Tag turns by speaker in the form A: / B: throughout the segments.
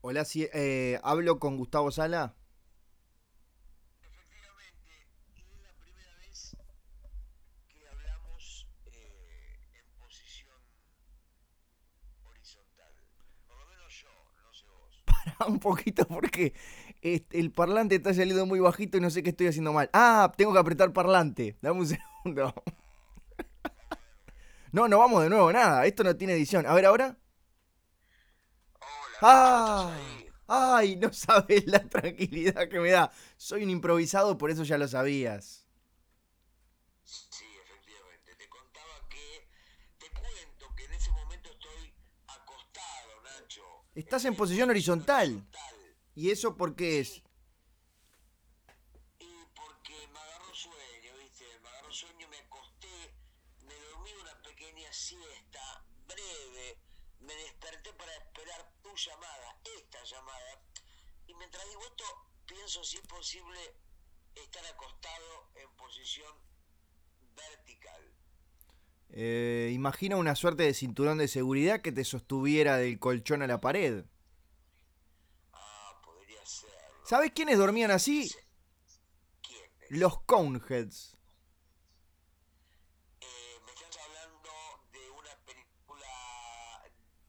A: Hola, sí, eh, ¿hablo con Gustavo Sala?
B: Efectivamente, es la primera vez que hablamos eh, en posición horizontal. Por lo menos yo, no sé vos.
A: Pará un poquito porque este, el parlante está saliendo muy bajito y no sé qué estoy haciendo mal. Ah, tengo que apretar parlante. Dame un segundo. No, no vamos de nuevo, nada. Esto no tiene edición. A ver, ahora.
B: Hola,
A: ¡Ah!
B: ¿estás ahí?
A: ¡Ay! No sabes la tranquilidad que me da. Soy un improvisado, por eso ya lo sabías.
B: Sí, efectivamente. Te contaba que, te cuento que en ese momento estoy acostado, Nacho.
A: Estás en posición horizontal.
B: Tal.
A: ¿Y eso por qué es?
B: Y porque me agarró sueño, ¿viste? Me agarró sueño, me acosté, me dormí una pequeña siesta, breve, me desperté para esperar tu llamada, esta llamada, y mientras digo esto, pienso si es posible estar acostado en posición vertical.
A: Eh, imagina una suerte de cinturón de seguridad que te sostuviera del colchón a la pared.
B: Ah, podría serlo.
A: ¿Sabes quiénes dormían así?
B: ¿Quién?
A: Los Coneheads.
B: Eh, me estás hablando de una película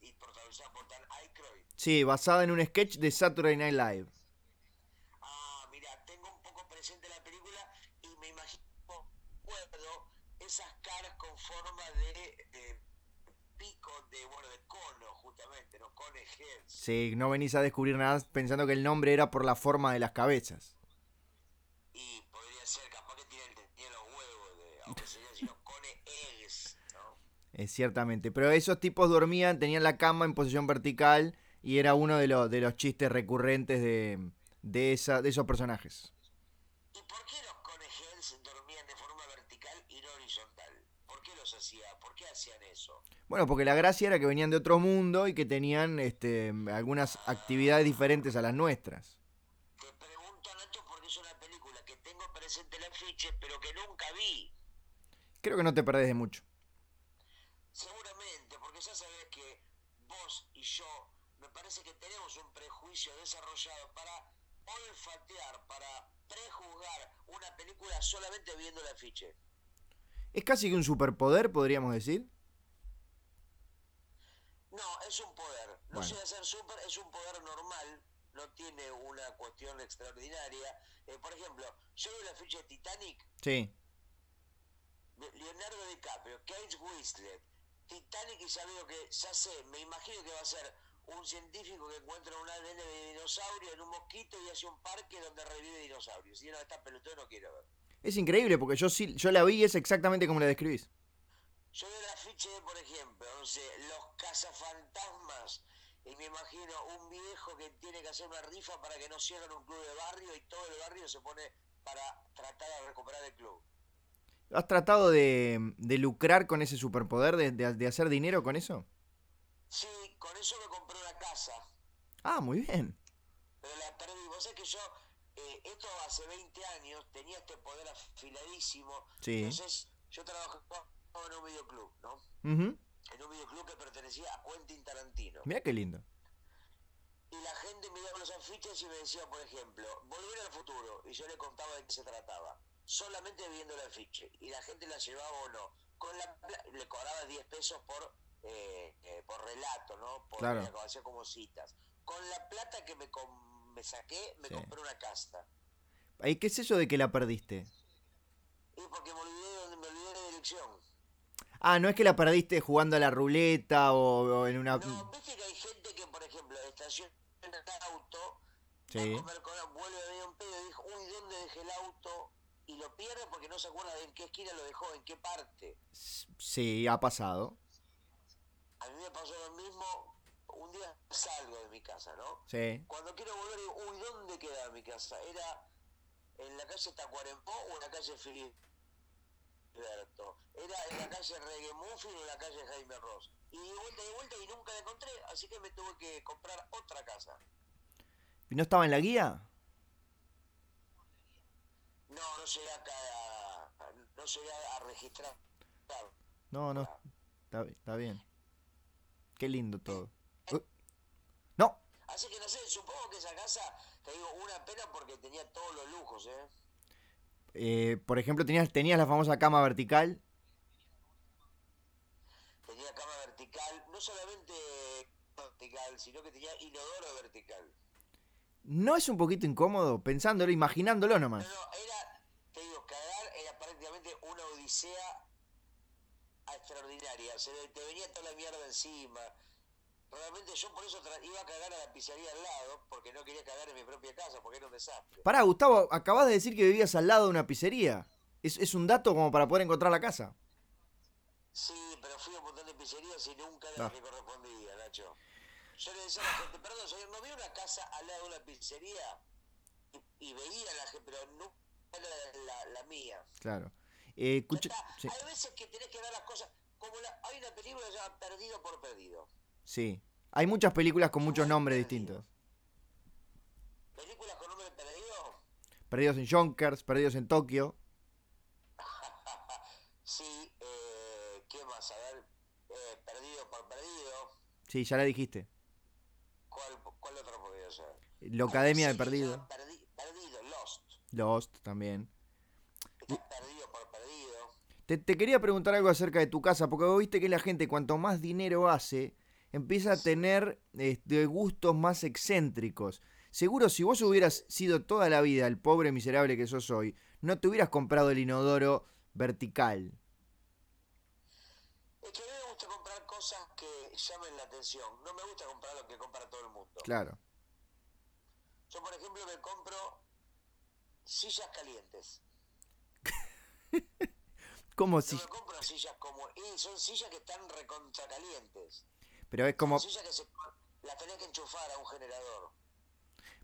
B: y protagonizada por Dan Aykroyd.
A: Sí, basada en un sketch de Saturday Night Live.
B: Ah, mira, tengo un poco presente la película y me imagino, recuerdo esas caras con forma de, de pico, de, bueno, de cono, justamente, ¿no? Cone heads.
A: Sí, no venís a descubrir nada pensando que el nombre era por la forma de las cabezas.
B: Y podría ser, capaz que tienen, tienen los huevos, de, aunque serían sino cone eggs, ¿no?
A: Eh, ciertamente. Pero esos tipos dormían, tenían la cama en posición vertical y era uno de los, de los chistes recurrentes de, de, esa, de esos personajes.
B: ¿Y por qué los cone heads dormían de forma vertical y no horizontal? ¿Por qué los hacía? ¿Por qué hacían eso?
A: Bueno, porque la gracia era que venían de otro mundo y que tenían este, algunas actividades diferentes a las nuestras.
B: Te pregunto, Nacho, porque es una película que tengo presente el afiche, pero que nunca vi.
A: Creo que no te perdés de mucho.
B: Seguramente, porque ya sabés que vos y yo me parece que tenemos un prejuicio desarrollado para olfatear, para prejuzgar una película solamente viendo el afiche.
A: Es casi que un superpoder, podríamos decir.
B: No, es un poder. No
A: Bueno.
B: llega a ser super, es un poder normal. No tiene una cuestión extraordinaria. Eh, por ejemplo, yo vi el afiche de Titanic
A: Sí.
B: Leonardo DiCaprio, Kate Winslet, Titanic y ya veo que, ya sé, me imagino que va a ser un científico que encuentra un ADN de dinosaurio en un mosquito y hace un parque donde revive dinosaurios. Y no, esta pelotuda no quiero ver.
A: Es increíble porque yo sí, yo la vi y es exactamente como la describís.
B: Yo veo el afiche de, por ejemplo, no sé, los cazafantasmas y me imagino un viejo que tiene que hacer una rifa para que no cierren un club de barrio y todo el barrio se pone para tratar de recuperar el club.
A: ¿Has tratado de, de lucrar con ese superpoder, de, de- de hacer dinero con eso?
B: Sí, con eso me compré una casa.
A: Ah, muy bien.
B: pero la perdí. Vos sabés que yo, eh, esto hace 20 años, tenía este poder afiladísimo.
A: Sí.
B: Entonces, yo trabajaba en un videoclub, ¿no?
A: Ujú.
B: En un videoclub que pertenecía a Quentin Tarantino.
A: Mirá qué lindo.
B: Y la gente miraba los afiches y me decía, por ejemplo, volver al futuro. Y yo le contaba de qué se trataba. Solamente viendo el afiche. Y la gente la llevaba o no. Con la, pla- le cobraba 10 pesos por, eh, eh, por relato, ¿no? Por
A: Claro.
B: lo hacía como citas. Con la plata que me, com- me saqué, me
A: Sí.
B: compré una casta.
A: Ay, ¿Qué es eso de que la perdiste?
B: Y porque me olvidé, de donde- me olvidé de la dirección.
A: Ah, no es que la perdiste jugando a la ruleta o, o en una... mm,
B: No, viste que hay gente que, por ejemplo, estaciona el auto, va
A: Sí.
B: a comer con vuelve a ver un pedo y dijo, uy, ¿dónde dejé el auto? Y lo pierde porque no se acuerda de en qué esquina lo dejó, en qué parte.
A: S- Sí, ha pasado.
B: A mí me pasó lo mismo, un día salgo de mi casa, ¿no?
A: Sí.
B: Cuando quiero volver, digo, uy, ¿dónde quedaba mi casa? ¿Era en la calle Tacuarembó o en la calle Filiberto? ¿Era en la calle Reggae Muffin o en la calle Jaime Ross? Y de vuelta y de vuelta y nunca la encontré, así que me tuve que comprar otra casa.
A: ¿Y no estaba en la guía?
B: No, no llegué acá a, no llegué a registrar. Claro.
A: No, no.
B: Eh.
A: Está, bi- está bien. Qué lindo todo. Uh, No.
B: Así que no sé, supongo que esa casa, te digo, una pena porque tenía todos los lujos, ¿eh?
A: Eh, por ejemplo, tenías, tenías la famosa cama vertical.
B: Tenía cama vertical, no solamente vertical, sino que tenía inodoro vertical.
A: ¿No es un poquito incómodo pensándolo, imaginándolo
B: No,
A: nomás?
B: no, era, te digo, cagar era prácticamente una odisea extraordinaria. Se le- te venía toda la mierda encima. Realmente yo por eso tra- iba a cagar a la pizzería al lado, porque no quería cagar en mi propia casa, porque era un desastre.
A: Pará, Gustavo, acabas de decir que vivías al lado de una pizzería. Es, es un dato como para poder encontrar la casa.
B: Sí, pero fui a un montón de pizzerías y nunca era
A: Ah.
B: lo que correspondía, Nacho. Yo le decía a la gente, perdón, señor, no vi una casa al lado de una pizzería y, y veía a la gente, pero nunca era la, la mía.
A: Claro. Eh, escucha-
B: Ya está.
A: sí,
B: Hay veces que tenés que ver las cosas, como la- hay una película que se llama Perdido por Perdido.
A: sí. Hay muchas películas con muchos nombres distintos.
B: Películas con nombre perdido,
A: Perdidos en Junkers, Perdidos en Tokio.
B: sí, eh, ¿qué más? A ver, eh, Perdido por Perdido,
A: Sí, ya la dijiste.
B: ¿cuál, cuál otra podría ser?
A: La Academia de
B: Sí, que se
A: Perdido.
B: llama Perdi- perdido, Lost.
A: Lost también. Mm.
B: Está perdido por perdido.
A: Te, te quería preguntar algo acerca de tu casa, porque vos viste que la gente cuanto más dinero hace, empieza a tener este, gustos más excéntricos. Seguro si vos hubieras sido toda la vida el pobre miserable que sos hoy, no te hubieras comprado el inodoro vertical.
B: Es que a mí me gusta comprar cosas que llamen la atención. No me gusta comprar lo que compra todo el mundo.
A: Claro.
B: Yo, por ejemplo, me compro sillas calientes.
A: ¿Cómo
B: No
A: si?
B: me compro sillas como... Y son sillas que están recontra calientes.
A: Pero es como...
B: Sillas que se... las tenés que enchufar a un generador.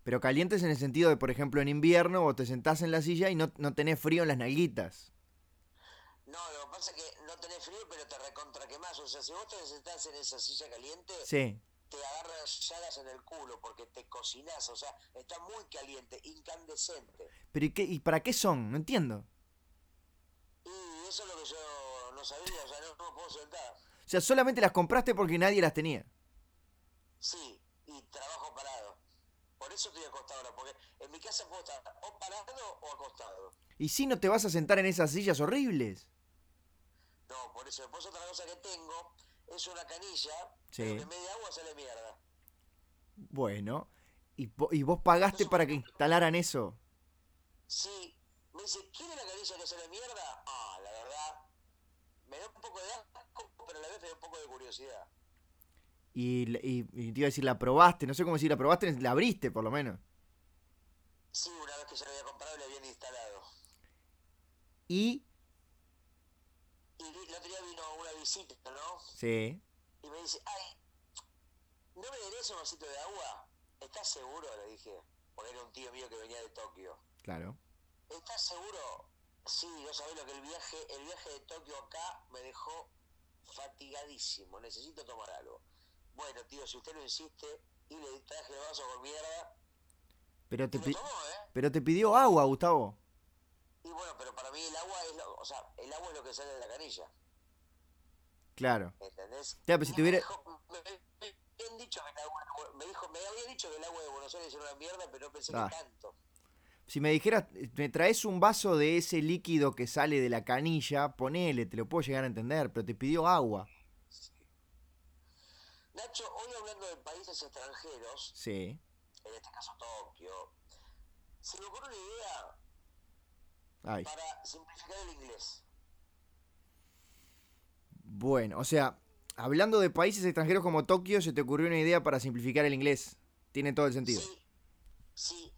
A: Pero calientes en el sentido de, por ejemplo, en invierno vos te sentás en la silla y no, no tenés frío en las nalguitas.
B: No, lo que pasa es que no tenés frío, pero te recontra quemás. O sea, si vos te sentás en esa silla caliente,
A: Sí.
B: te agarras llagas en el culo porque te cocinás. O sea, está muy caliente, incandescente.
A: Pero ¿y, qué, y para qué son? No entiendo.
B: Y eso es lo que yo no sabía, o sea, no, no puedo sentar.
A: O sea, solamente las compraste porque nadie las tenía.
B: Sí, y trabajo parado. Por eso estoy acostado ahora, porque en mi casa puedo estar o parado o acostado.
A: Y si no te vas a sentar en esas sillas horribles.
B: No, por eso. Después otra cosa que tengo es una canilla,
A: Sí.
B: pero que media agua sale mierda.
A: Bueno, y, po- y vos pagaste para que instalaran eso.
B: Sí, me dice, ¿quiere la canilla que sale mierda? Ah, la verdad, me da un poco de asco, pero a la vez me da un poco de curiosidad.
A: Y, la- y- y te iba a decir, la probaste, no sé cómo decir, la probaste, la abriste por lo menos.
B: Sí, una vez que ya la había comprado y la habían instalado.
A: Y,
B: Y el otro día vino una visita, ¿no?
A: sí,
B: Y me dice, ay, ¿no me darías un vasito de agua? ¿Estás seguro? Le dije, porque era un tío mío que venía de Tokio.
A: claro.
B: ¿Estás seguro? Sí, no sabés lo que el viaje, el viaje de Tokio acá me dejó fatigadísimo, necesito tomar algo. Bueno, tío, si usted lo insiste, y le traje el vaso con mierda,
A: Pero
B: y
A: te,
B: lo
A: pi-
B: tomó, ¿eh?
A: pero te pidió agua, Gustavo.
B: Y bueno, pero para mí el agua es lo, o sea, el agua es lo que sale de la canilla,
A: Claro.
B: ¿entendés?
A: Ya, pero si
B: Y
A: te hubiera-
B: me, dijo, me, me- me habían dicho que el agua de Bu- me dijo, me habían dicho que el agua de Buenos Aires era una mierda, pero no pensé
A: Ah.
B: que tanto.
A: Si me dijeras, me traes un vaso de ese líquido que sale de la canilla, ponele, te lo puedo llegar a entender, pero te pidió agua.
B: Nacho, hoy hablando de países extranjeros,
A: Sí.
B: en este caso Tokio, se me ocurre una idea
A: Ay.
B: para simplificar el inglés.
A: Bueno, o sea, hablando de países extranjeros como Tokio, se te ocurrió una idea para simplificar el inglés. Tiene todo el sentido.
B: Sí, sí,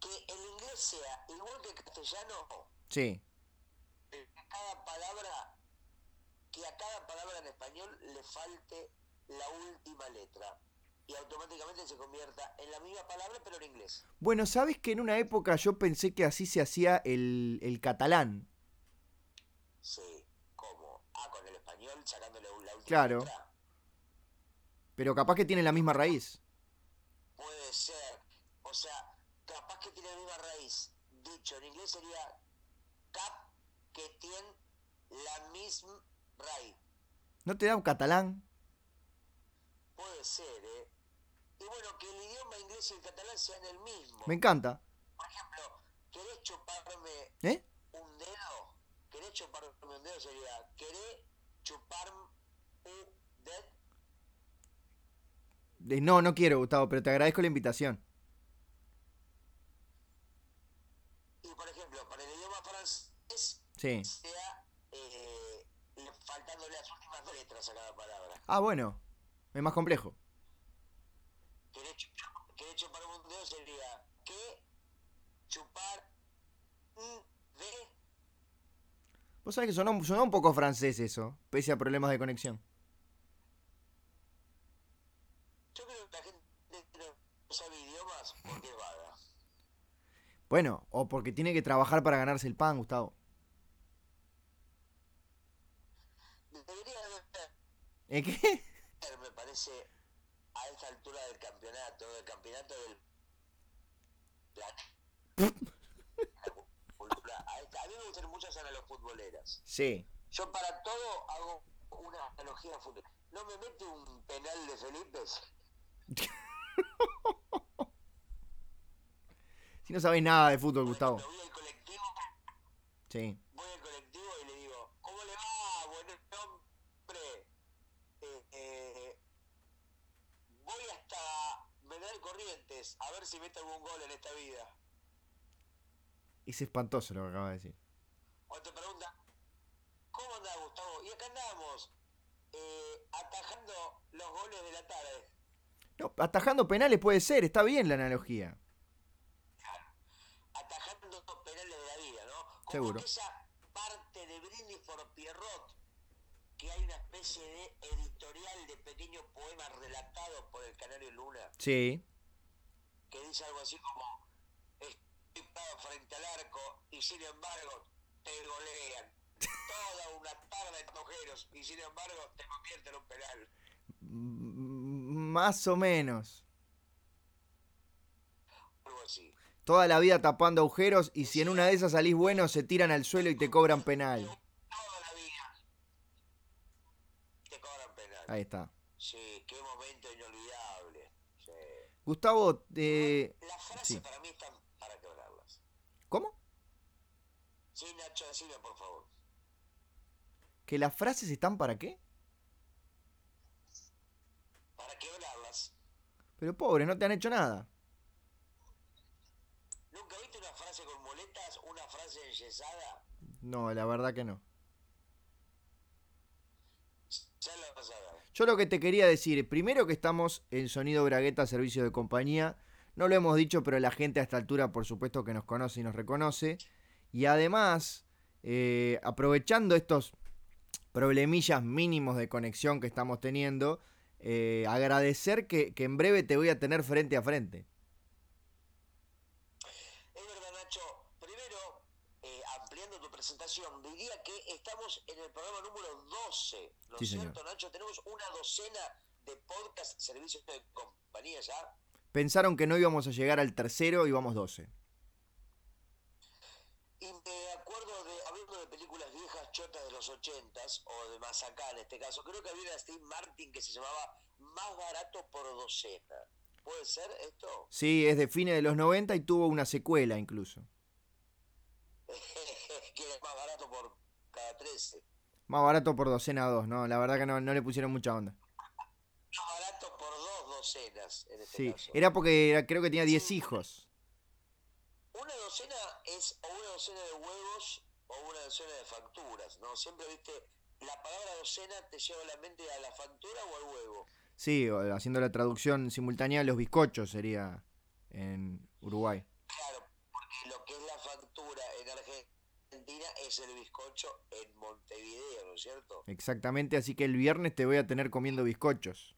B: que el inglés sea igual que el castellano,
A: Sí.
B: pero que cada palabra, que a cada palabra en español le falte la última letra y automáticamente se convierta en la misma palabra pero en inglés.
A: Bueno, ¿sabes que en una época yo pensé que así se hacía el, el catalán?
B: Sí, como A con el español sacándole la última
A: Claro.
B: letra.
A: Pero capaz que tiene la misma raíz.
B: Puede ser. O sea, capaz que tiene la misma raíz. Dicho en inglés sería cap que tiene la misma raíz.
A: ¿No te da un catalán?
B: Puede ser, ¿eh? y bueno, que el idioma inglés y el catalán sean el mismo.
A: Me encanta.
B: Por ejemplo, ¿querés chuparme
A: ¿Eh?
B: un dedo? ¿Querés chuparme un dedo? Sería, ¿querés chuparme un dedo?
A: Eh, No, no quiero, Gustavo, pero te agradezco la invitación.
B: Y por ejemplo, para el idioma francés,
A: Sí.
B: sea eh, le- faltándole las últimas dos letras a cada palabra.
A: Ah, bueno. Es más complejo.
B: ¿Querés, chup- querés chupar un dedo? Sería, ¿qué? Chupar un dedo.
A: Vos sabés que sonó, sonó un poco francés eso, pese a problemas de conexión.
B: Yo creo que la gente que no sabe idiomas porque es vaga.
A: Bueno, o porque tiene que trabajar para ganarse el pan, Gustavo.
B: Debería haber,
A: ¿Eh, qué?
B: me parece, a esta altura del campeonato, del campeonato del planeta. Cultura, a, esta- a mí me gustan muchas analogías futboleras.
A: Sí.
B: Yo para todo hago una analogía futbolera. ¿No me mete un penal de Felipe?
A: Si no sabés nada de fútbol, Gustavo.
B: Voy al colectivo,
A: Sí.
B: voy al colectivo y le digo, ¿cómo le va, buen hombre? Eh, eh, voy hasta Medal Corrientes a ver si mete algún gol en esta vida.
A: Es espantoso lo que acabas de decir.
B: O te pregunta, ¿cómo anda Gustavo? Y acá andamos, eh, atajando los goles de la tarde.
A: No, atajando penales puede ser, está bien la analogía.
B: atajando los penales de la vida, ¿no? Como
A: Seguro.
B: esa parte de Brindis por Pierrot, que hay una especie de editorial de pequeños poemas relatados por el Canario Luna,
A: Sí.
B: que dice algo así como, estoy parado frente al arco y sin embargo te golean. Toda una tarde de agujeros y sin embargo te convierten en un penal.
A: Mm, Más o menos.
B: Algo así.
A: Toda la vida tapando agujeros y si en una de esas salís bueno, se tiran al suelo y te cobran penal.
B: Toda la vida te cobran penal.
A: Ahí está.
B: Sí, qué momento inolvidable. Sí.
A: Gustavo, eh,
B: Las frases
A: sí.
B: para mí están para quebrarlas.
A: ¿cómo?
B: Sí, Nacho, decime por favor.
A: ¿Que las frases están para qué?
B: Para quebrarlas.
A: Pero pobre, no te han hecho nada.
B: ¿Nunca viste una frase con muletas? ¿Una frase enyesada?
A: No, la verdad que no.
B: Ya la vas a ver.
A: Yo lo que te quería decir, primero que estamos en Sonido Bragueta, servicio de compañía. No lo hemos dicho, pero la gente a esta altura, por supuesto, que nos conoce y nos reconoce. Y además, eh, aprovechando estos problemillas mínimos de conexión que estamos teniendo, eh, agradecer que, que en breve te voy a tener frente a frente.
B: Es verdad, Nacho. Primero, eh, ampliando tu presentación, diría que estamos en el programa número 12. ¿No
A: Sí,
B: es
A: señor.
B: cierto, Nacho? Tenemos una docena de podcast, servicios de compañía ya.
A: Pensaron que no íbamos a llegar al tercero, íbamos 12.
B: Y me acuerdo de, hablando de películas viejas chotas de los ochentas, o de más acá en este caso, creo que había una de Steve Martin que se llamaba Más barato por docena. ¿Puede ser esto?
A: Sí, es de fines de los 90 y tuvo una secuela incluso.
B: que era más barato por cada 13.
A: Más barato por docena dos, ¿no? La verdad que no, no le pusieron mucha onda.
B: Más barato por dos docenas en este
A: Sí,
B: caso.
A: era porque era- creo que tenía 10 hijos.
B: Una docena es o una docena de huevos o una docena de facturas, ¿no? Siempre, viste, la palabra docena te lleva a la mente a la factura o al huevo.
A: Sí, o- haciendo la traducción simultánea, los bizcochos sería en Uruguay.
B: Claro, porque lo que es la factura en Argentina es el bizcocho en Montevideo, ¿no es cierto?
A: Exactamente, así que el viernes te voy a tener comiendo bizcochos.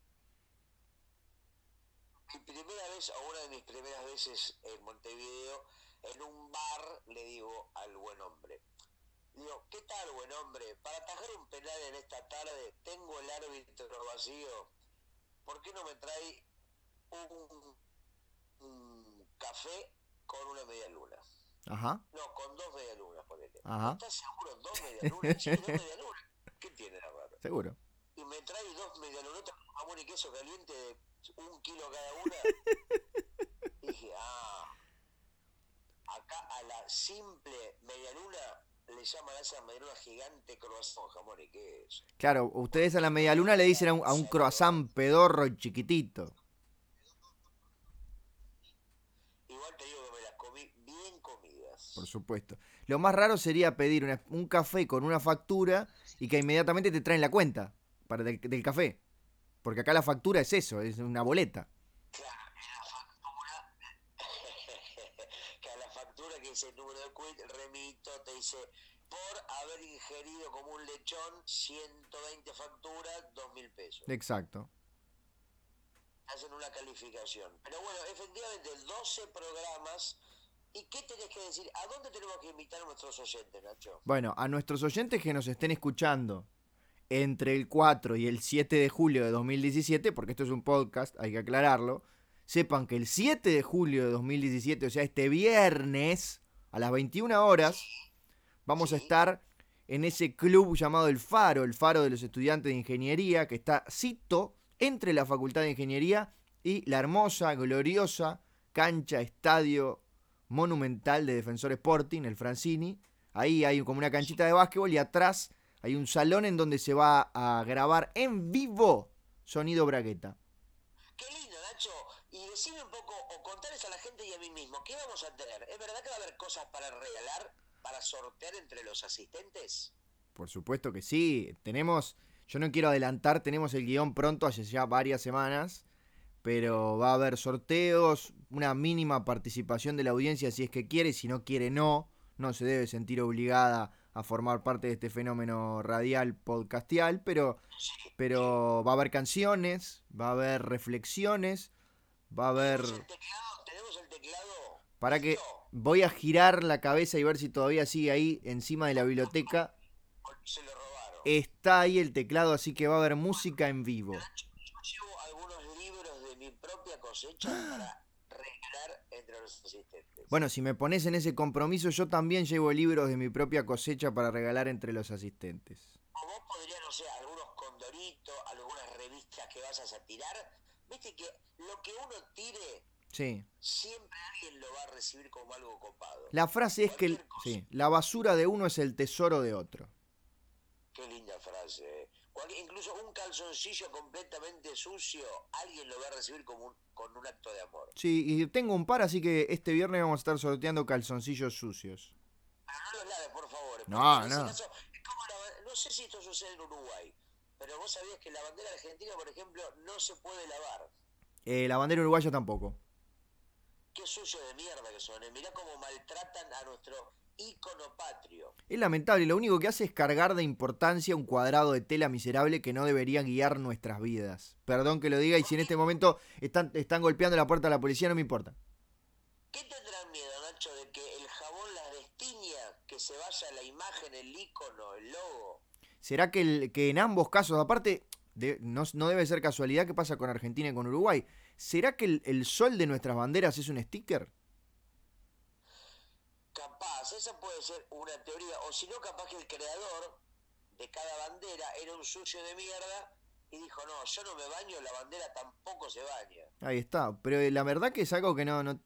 B: Mi primera vez, o una de mis primeras veces en Montevideo, en un bar le digo al buen hombre, digo, ¿qué tal buen hombre? Para atajar un penal en esta tarde, tengo el árbitro vacío, ¿por qué no me trae un, un café con una media luna?
A: Ajá.
B: No, con dos medialunas, ponele.
A: Ajá.
B: ¿Estás seguro? Dos medialunas. Sí, dos medialunas. ¿Qué tiene la raro?
A: Seguro.
B: Y me trae dos medialunotas con jamón y queso caliente de un kilo cada una. dije, ah, acá a la simple medialuna le llaman a esa medialuna gigante croissant, jamón y queso.
A: Claro, ustedes a la medialuna le dicen a un, a un croissant pedorro chiquitito.
B: Igual te digo que me las comí bien comidas.
A: Por supuesto. Lo más raro sería pedir una- un café con una factura y que inmediatamente te traen la cuenta para del, del café. Porque acá la factura es eso, es una boleta.
B: Claro, y la factura, que a la factura que dice el número de cuenta, remito, te dice, por haber ingerido como un lechón 120 facturas, 2.000 pesos.
A: Exacto.
B: hacen una calificación. Pero bueno, efectivamente, 12 programas. ¿Y qué tenés que decir? ¿A dónde tenemos que invitar a nuestros oyentes, Nacho?
A: Bueno, a nuestros oyentes que nos estén escuchando entre el 4 y el 7 de julio de 2017, porque esto es un podcast, hay que aclararlo, sepan que el 7 de julio de 2017, o sea, este viernes, a las 21 horas, vamos a
B: Sí.
A: estar en ese club llamado El Faro, el Faro de los Estudiantes de Ingeniería, que está, cito, entre la Facultad de Ingeniería y la hermosa, gloriosa cancha, estadio monumental de Defensor Sporting, el Francini. Ahí hay como una canchita de básquetbol y atrás hay un salón en donde se va a grabar en vivo sonido bragueta.
B: Qué lindo, Nacho. Y decime un poco, o contarles a la gente y a mí mismo, ¿qué vamos a tener? ¿Es verdad que va a haber cosas para regalar, para sortear entre los asistentes?
A: Por supuesto que sí. Tenemos, yo no quiero adelantar, tenemos el guión pronto hace ya varias semanas, pero va a haber sorteos, una mínima participación de la audiencia si es que quiere, si no quiere no, no se debe sentir obligada a formar parte de este fenómeno radial podcastial, pero pero va a haber canciones, va a haber reflexiones, va a haber
B: Tenemos el teclado, tenemos el teclado.
A: para que
B: listo.
A: voy a girar la cabeza y ver si todavía sigue ahí encima de la biblioteca.
B: Se lo robaron.
A: Eh, Está ahí el teclado, así que va a haber música en vivo.
B: Nacho, yo llevo algunos libros de mi propia cosecha para regalar entre los asistentes.
A: Ah. Bueno, si me pones en ese compromiso, yo también llevo libros de mi propia cosecha para regalar entre los asistentes.
B: O vos podrías, no sé, algunos condoritos, algunas revistas que vayas a tirar. Viste que lo que uno tire,
A: Sí.
B: siempre alguien lo va a recibir como algo copado.
A: La frase es que el- sí, la basura de uno es el tesoro de otro.
B: Qué linda frase. eh. Cual- incluso un calzoncillo completamente sucio, alguien lo va a recibir como un- con un acto de amor.
A: Sí, y tengo un par, así que este viernes vamos a estar sorteando calzoncillos sucios.
B: Pero no los laves, por favor.
A: No,
B: porque en
A: no.
B: ese caso, es como la ba- no sé si esto sucede en Uruguay, pero vos sabías que la bandera argentina, por ejemplo, no se puede lavar.
A: Eh, la bandera uruguaya tampoco.
B: Qué sucio de mierda que son. eh. Mirá cómo maltratan a nuestro ícono patrio.
A: Es lamentable, lo único que hace es cargar de importancia un cuadrado de tela miserable que no debería guiar nuestras vidas. Perdón que lo diga, y si en este momento están, están golpeando la puerta de la policía, no me importa.
B: ¿Qué tendrán miedo, Nacho, de que el jabón las destiña, que se vaya la imagen, el ícono, el logo?
A: ¿Será que, el- que en ambos casos, aparte, de- no, no debe ser casualidad que pasa con Argentina y con Uruguay? ¿Será que el, el sol de nuestras banderas es un sticker?
B: Capaz, esa puede ser una teoría. O si no, capaz que el creador de cada bandera era un sucio de mierda y dijo, no, yo no me baño, la bandera tampoco se baña.
A: Ahí está, pero eh, la verdad que es algo que no, no,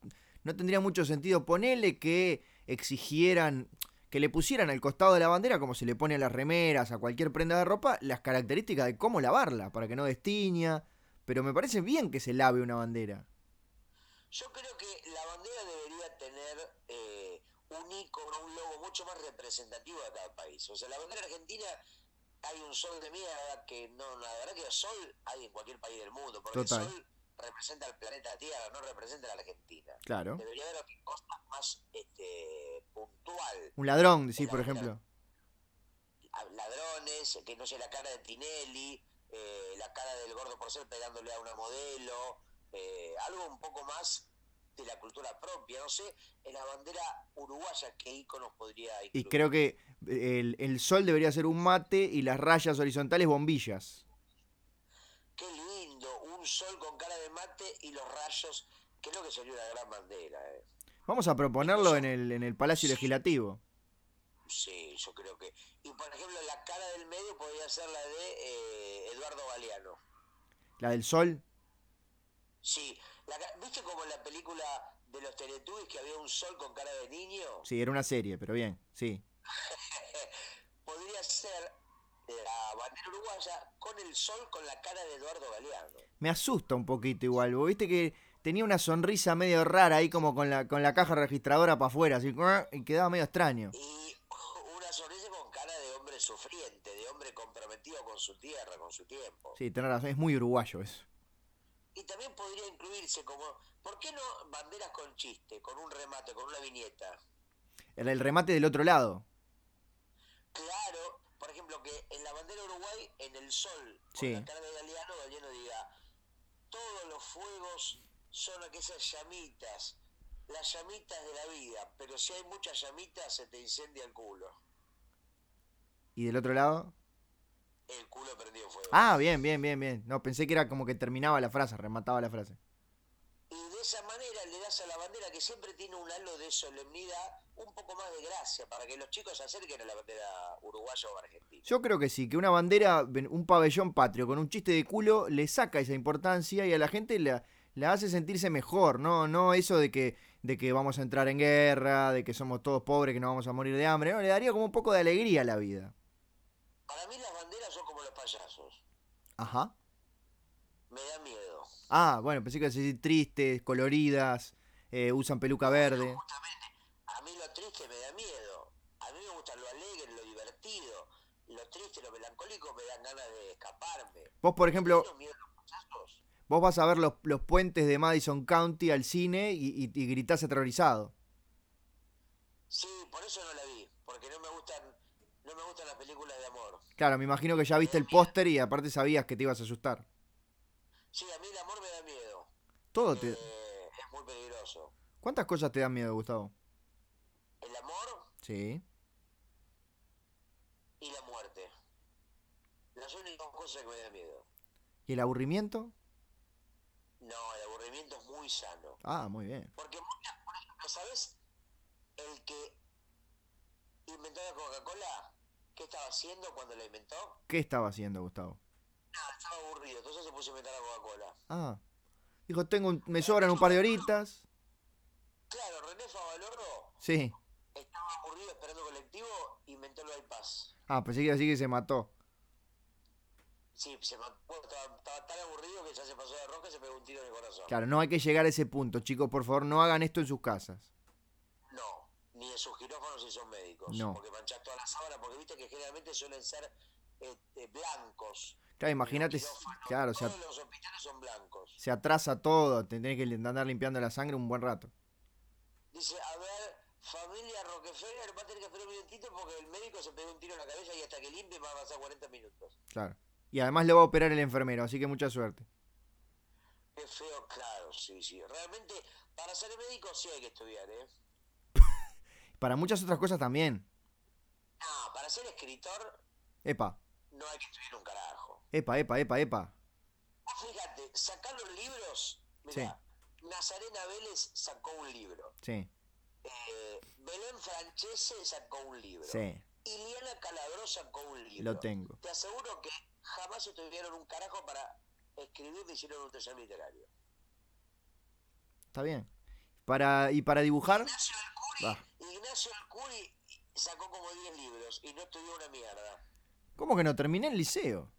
A: no tendría mucho sentido. Ponele que exigieran, que le pusieran al costado de la bandera, como se le pone a las remeras, a cualquier prenda de ropa, las características de cómo lavarla, para que no destiña. Pero me parece bien que se lave una bandera.
B: Yo creo que la bandera debería tener eh, un icono, un logo mucho más representativo de cada país. O sea, la bandera argentina hay un sol de mierda que no, la verdad que el sol hay en cualquier país del mundo, porque
A: Total.
B: el sol representa al planeta Tierra, no representa a la Argentina.
A: Claro.
B: Debería haber otra cosa más este, puntual.
A: Un ladrón, decís, por ejemplo.
B: A- Ladrones, que no sé, la cara de Tinelli, eh, la cara del gordo por ser pegándole a una modelo, eh, algo un poco más de la cultura propia, no sé, en la bandera uruguaya, ¿qué íconos podría
A: Y
B: incluir?
A: creo que el, el sol debería ser un mate y las rayas horizontales bombillas.
B: Qué lindo, un sol con cara de mate y los rayos, creo que sería una gran bandera. eh.
A: Vamos a proponerlo en el, en el Palacio Legislativo.
B: Sí, yo creo que. Y por ejemplo, la cara del medio podría ser la de eh, Eduardo Galeano.
A: La del sol.
B: Sí, la ca- ¿viste como en la película de los Teletubbies que había un sol con cara de niño?
A: Sí, era una serie, pero bien, sí.
B: Podría ser la bandera uruguaya con el sol con la cara de Eduardo Galeano.
A: Me asusta un poquito igual, vos viste que tenía una sonrisa medio rara ahí como con la, con la caja registradora para afuera, así y quedaba medio extraño.
B: Y una sonrisa con cara de hombre sufriente, de hombre comprometido con su tierra, con su tiempo.
A: Sí, tenés razón, es muy uruguayo eso.
B: Y también podría incluirse como, ¿por qué no banderas con chiste, con un remate, con una viñeta?
A: Era el remate del otro lado.
B: Claro, por ejemplo, que en la bandera de Uruguay, en el sol, con
A: Sí.
B: la cara de Galeano, Galeano diga, todos los fuegos son aquellas llamitas, las llamitas de la vida, pero si hay muchas llamitas se te incendia el culo.
A: ¿Y del otro lado?
B: El culo prendió fuego.
A: Ah, bien, bien, bien, bien. No, pensé que era como que terminaba la frase, remataba la frase.
B: Y de esa manera le das a la bandera que siempre tiene un halo de solemnidad, un poco más de gracia, para que los chicos se acerquen a la bandera uruguaya o argentina.
A: Yo creo que sí, que una bandera, ven- un pabellón patrio con un chiste de culo le saca esa importancia y a la gente la, la hace sentirse mejor, ¿no? No eso de que, de que vamos a entrar en guerra, de que somos todos pobres, que nos vamos a morir de hambre, no, le daría como un poco de alegría a la vida.
B: Para mí las banderas son como los payasos,
A: Ajá.
B: me da miedo.
A: Ah, bueno, pensé que ibas a decir tristes, coloridas, eh, usan peluca verde.
B: A mí lo triste me da miedo. A mí me gusta lo alegre, lo divertido. Lo triste, lo melancólico me dan ganas de escaparme.
A: Vos, por ejemplo,
B: ¿Tuvieron miedo los payasos?
A: vos vas a ver los, los puentes de Madison County al cine y, y- y gritás aterrorizado.
B: Sí, por eso no la vi, porque no me gustan no me gustan las películas de amor.
A: Claro, me imagino que ya viste el póster y aparte sabías que te ibas a asustar.
B: Sí, a mí el amor me da miedo.
A: Todo te...
B: Eh, es muy peligroso.
A: ¿Cuántas cosas te dan miedo, Gustavo?
B: El amor
A: Sí.
B: y la muerte. Las únicas cosas que me dan miedo.
A: ¿Y el aburrimiento?
B: No, el aburrimiento es muy sano.
A: Ah, muy bien.
B: Porque muchas, por ejemplo, ¿sabes? El que inventó la Coca-Cola, ¿qué estaba haciendo cuando la inventó?
A: ¿Qué estaba haciendo, Gustavo?
B: Nada, estaba aburrido, entonces se puso a inventar la Coca-Cola.
A: Ah. Dijo, tengo un- me sobran un par de horitas.
B: Claro, René Favaloro
A: Sí.
B: estaba aburrido esperando colectivo, inventó el bypass.
A: Ah, pensé que iba a decir que se mató.
B: Sí, se me acuerdo, estaba, estaba tan aburrido que ya se pasó de roca y se pegó un tiro en el corazón.
A: Claro, no hay que llegar a ese punto, chicos. Por favor, no hagan esto en sus casas.
B: No, ni en sus quirófanos si son médicos.
A: No.
B: Porque manchás toda la sábana, porque viste que generalmente suelen ser este, blancos.
A: Claro, imagínate.
B: Los quirófanos,
A: Claro, se,
B: todos
A: at-
B: los hospitales son blancos.
A: se atrasa todo. Te tenés que andar limpiando la sangre un buen rato.
B: Dice, a ver, familia Rockefeller va a tener que esperar un minutito porque el médico se pegó un tiro en la cabeza y hasta que limpie va a pasar 40 minutos.
A: Claro. Y además lo va a operar el enfermero, así que mucha suerte.
B: Qué feo, claro, sí, sí. Realmente, para ser médico sí hay que estudiar, ¿eh?
A: Para muchas otras cosas también.
B: Ah, para ser escritor
A: Epa,
B: no hay que estudiar un carajo.
A: epa, epa, epa, epa.
B: Ah, fíjate, sacar los libros. Mirá, Nazarena Vélez sacó un libro.
A: Sí,
B: Eh, Belén Francese sacó un libro.
A: sí,
B: Iliana Calabro sacó un libro.
A: lo tengo.
B: Te aseguro que jamás estuvieron un carajo para escribir ni hicieron un taller literario.
A: Está bien. Para, ¿Y para dibujar?
B: Ignacio Alcuri,
A: Va.
B: Ignacio Alcuri sacó como 10 libros y no estudió una mierda.
A: ¿Cómo que no? Terminé el liceo.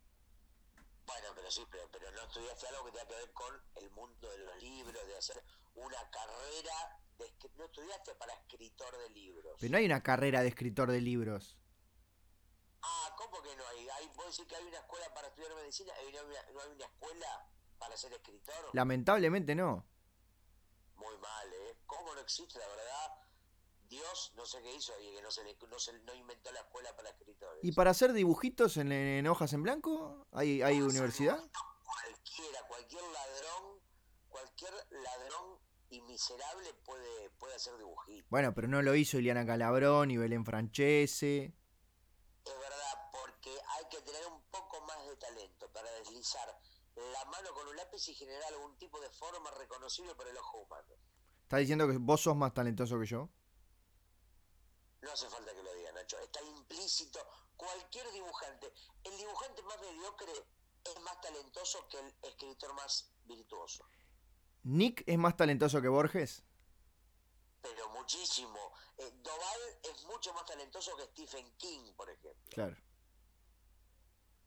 B: Bueno, pero sí, pero, pero no estudiaste algo que tenga que ver con el mundo de los libros, de hacer una carrera. De, escri- no estudiaste para escritor de libros.
A: Pero no hay una carrera de escritor de libros.
B: Ah, ¿cómo que no hay? hay ¿Puedo decir que hay una escuela para estudiar medicina? ¿Hay una- una- ¿No hay una escuela para ser escritor?
A: Lamentablemente no.
B: Muy mal, ¿eh? ¿Cómo no existe, la verdad? Dios no sé qué hizo y que no, se le- no, se- no inventó la escuela para escritores.
A: ¿Y para hacer dibujitos en, en hojas en blanco? ¿Hay, hay universidad?
B: Cualquiera, cualquier ladrón, cualquier ladrón y miserable puede, puede hacer dibujito.
A: Bueno, pero no lo hizo Iliana Calabrón y Belén Francese.
B: Es verdad, porque hay que tener un poco más de talento para deslizar la mano con un lápiz y generar algún tipo de forma reconocible por el ojo humano.
A: ¿Estás diciendo que vos sos más talentoso que yo?
B: No hace falta que lo diga Nacho, está implícito. Cualquier dibujante, el dibujante más mediocre es más talentoso que el escritor más virtuoso.
A: ¿Nick es más talentoso que Borges?
B: pero muchísimo. Eh, Doval es mucho más talentoso que Stephen King, por ejemplo.
A: Claro.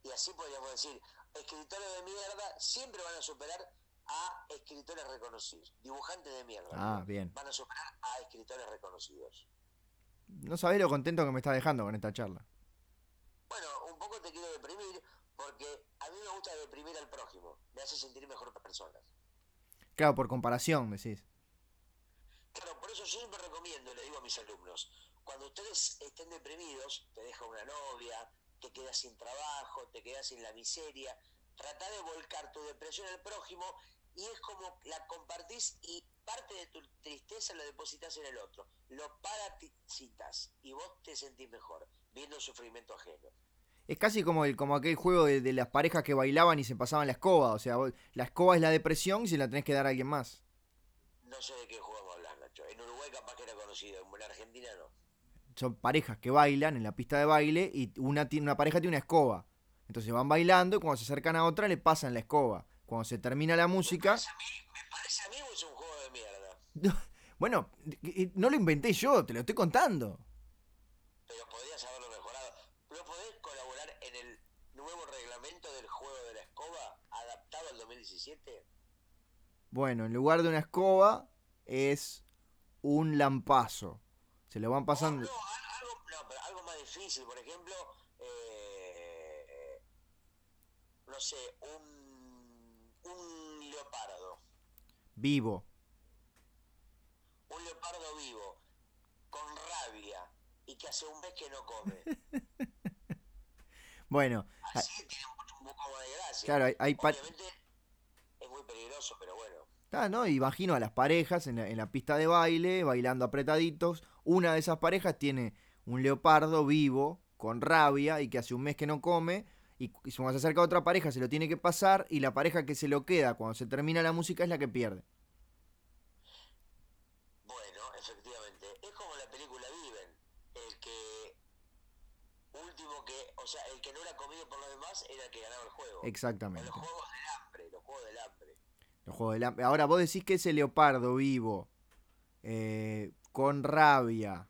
B: Y así podríamos decir, escritores de mierda siempre van a superar a escritores reconocidos. Dibujantes de mierda
A: Ah, bien.
B: van a superar a escritores reconocidos.
A: No sabés lo contento que me está dejando con esta charla.
B: Bueno, un poco te quiero deprimir porque a mí me gusta deprimir al prójimo. Me hace sentir mejor persona.
A: Claro, por comparación, decís.
B: Claro, por eso yo siempre recomiendo, le digo a mis alumnos, cuando ustedes estén deprimidos, te deja una novia, te quedas sin trabajo, te quedas sin la miseria, trata de volcar tu depresión al prójimo y es como la compartís y parte de tu tristeza la depositas en el otro, lo parasitas y vos te sentís mejor viendo el sufrimiento ajeno.
A: Es casi como, el, como aquel juego de, de las parejas que bailaban y se pasaban la escoba. O sea, vos- la escoba es la depresión y se la tenés que dar a alguien más.
B: No sé de qué juego hablas, Nacho. En Uruguay capaz que era conocido, en Argentina no.
A: Son parejas que bailan en la pista de baile y una, tiene- una pareja tiene una escoba. Entonces van bailando y cuando se acercan a otra le pasan la escoba. Cuando se termina la música...
B: Parece a mí- me parece a mí que es un juego de mierda.
A: Bueno, eh, no lo inventé yo, te lo estoy contando.
B: pero podrías haberlo mejorado. ¿No podés colaborar en el nuevo reglamento del juego de la escoba adaptado al 2017?
A: Bueno, en lugar de una escoba es un lampazo. Se lo van pasando.
B: Oh, no, al- algo, no, pero algo más difícil, por ejemplo, eh, no sé, un, un leopardo,
A: Vivo.
B: un leopardo vivo, con rabia y que hace un mes que no come.
A: Bueno, ah,
B: Así tiene un, un poco más de gracia.
A: claro, hay, hay pa-
B: Obviamente es muy peligroso, pero bueno.
A: Ah, no, y imagino a las parejas en la, en la pista de baile, bailando apretaditos. Una de esas parejas tiene un leopardo vivo, con rabia, y que hace un mes que no come. Y cu- y cuando se acerca a otra pareja se lo tiene que pasar, y la pareja que se lo queda cuando se termina la música es la que pierde.
B: Bueno, efectivamente. Es como la película Viven. El que. Último que. O sea, el que no era comido por los demás era el que ganaba el juego. O
A: Exactamente.
B: los juegos del hambre, los juegos del hambre.
A: Los Juegos del Hambre. Ahora vos decís que ese leopardo vivo, eh, con rabia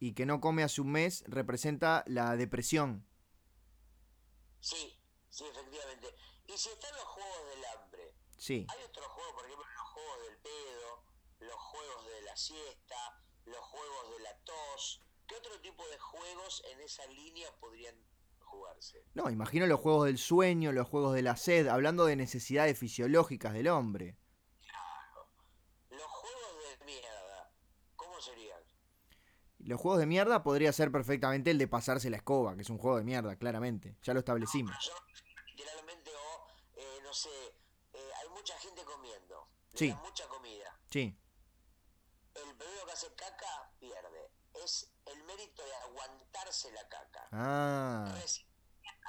A: y que no come hace un mes, representa la depresión.
B: Sí, sí, efectivamente. Y si están los juegos del hambre,
A: Sí,
B: hay otros juegos, por ejemplo, los juegos del pedo, los juegos de la siesta, los juegos de la tos. ¿Qué otro tipo de juegos en esa línea podrían jugarse?
A: no, imagino los juegos del sueño, los juegos de la sed, hablando de necesidades fisiológicas del hombre.
B: Los juegos de mierda, ¿cómo serían?
A: Los juegos de mierda podría ser perfectamente el de pasarse la escoba, que es un juego de mierda, claramente. Ya lo establecimos.
B: Yo, literalmente, o, eh, no sé, eh, hay mucha gente comiendo. le
A: Sí.
B: dan mucha comida.
A: Sí,
B: El primero que hace caca pierde. Es el mérito de aguantarse la caca.
A: ah,
B: Resistir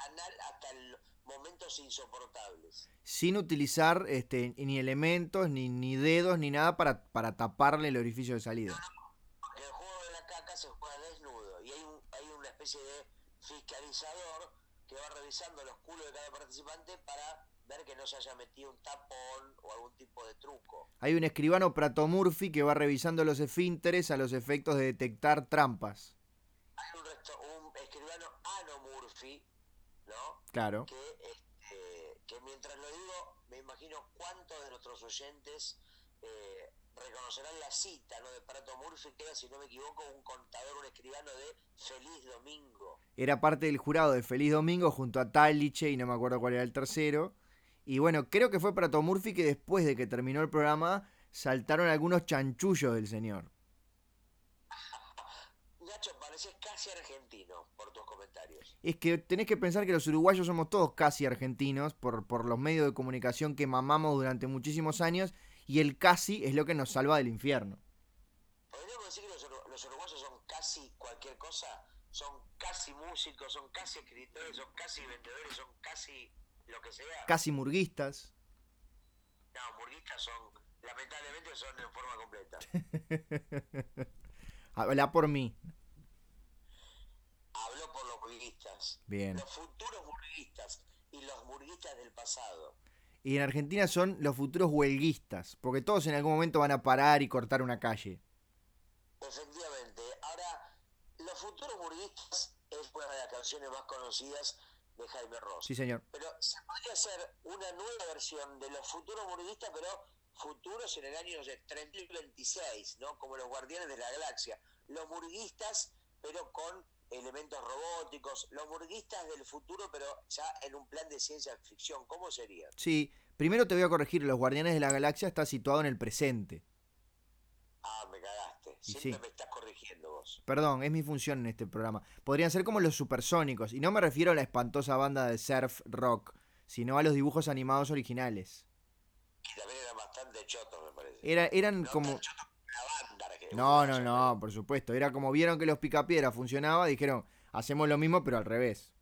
B: anal hasta el- momentos insoportables.
A: sin utilizar este, ni elementos, ni, ni dedos, ni nada para, para taparle el orificio de salida.
B: Porque el juego de la caca se juega desnudo. Y hay, un- hay una especie de fiscalizador que va revisando los culos de cada participante para ver que no se haya metido un tapón o algún tipo de truco.
A: Hay un escribano Pratomurphy que va revisando los esfínteres a los efectos de detectar trampas.
B: hay un, resto- un escribano Ano Murphy, ¿no?
A: Claro.
B: Que, este, que mientras lo digo, me imagino cuántos de nuestros oyentes eh, reconocerán la cita, ¿no? De Prato Murphy, que era, si no me equivoco, un contador, un escribano de Feliz Domingo.
A: Era parte del jurado de Feliz Domingo junto a Taliche y no me acuerdo cuál era el tercero. Y bueno, creo que fue Pratomurphy que después de que terminó el programa saltaron algunos chanchullos del señor.
B: Nacho, pareces casi argentino por tus comentarios.
A: Es que tenés que pensar que los uruguayos somos todos casi argentinos por, por los medios de comunicación que mamamos durante muchísimos años y el casi es lo que nos salva del infierno.
B: Podríamos decir que los, ur- los uruguayos son casi cualquier cosa, son casi músicos, son casi escritores, son casi vendedores, son casi lo que sea.
A: Casi murguistas.
B: No, hamburguistas son, lamentablemente son en forma completa.
A: Habla por mí.
B: Hablo por los burguistas,
A: Bien.
B: los futuros burguistas y los burguistas del pasado.
A: y en Argentina son los futuros huelguistas, porque todos en algún momento van a parar y cortar una calle.
B: Efectivamente. Ahora, los futuros huelguistas es una de las canciones más conocidas de Jaime Ross.
A: Sí, señor.
B: Pero se podría hacer una nueva versión de los futuros burguistas, pero futuros en el año no sé, 3026, ¿no? Como los guardianes de la galaxia. Los burguistas, pero con elementos robóticos. Los burguistas del futuro, pero ya en un plan de ciencia ficción. ¿Cómo sería?
A: Sí, primero te voy a corregir, los guardianes de la galaxia está situado en el presente.
B: Ah, me cagaste.
A: Y
B: Siempre
A: sí.
B: me estás corrigiendo vos.
A: Perdón, es mi función en este programa. Podrían ser como los supersónicos, y no me refiero a la espantosa banda de surf rock, sino a los dibujos animados originales.
B: Y también eran bastante chotos, me parece.
A: Era, eran
B: No,
A: como...
B: tan chotos como la banda. que-
A: No, no, no, por supuesto. Era como vieron que los picapiedras funcionaba, dijeron, hacemos lo mismo pero al revés.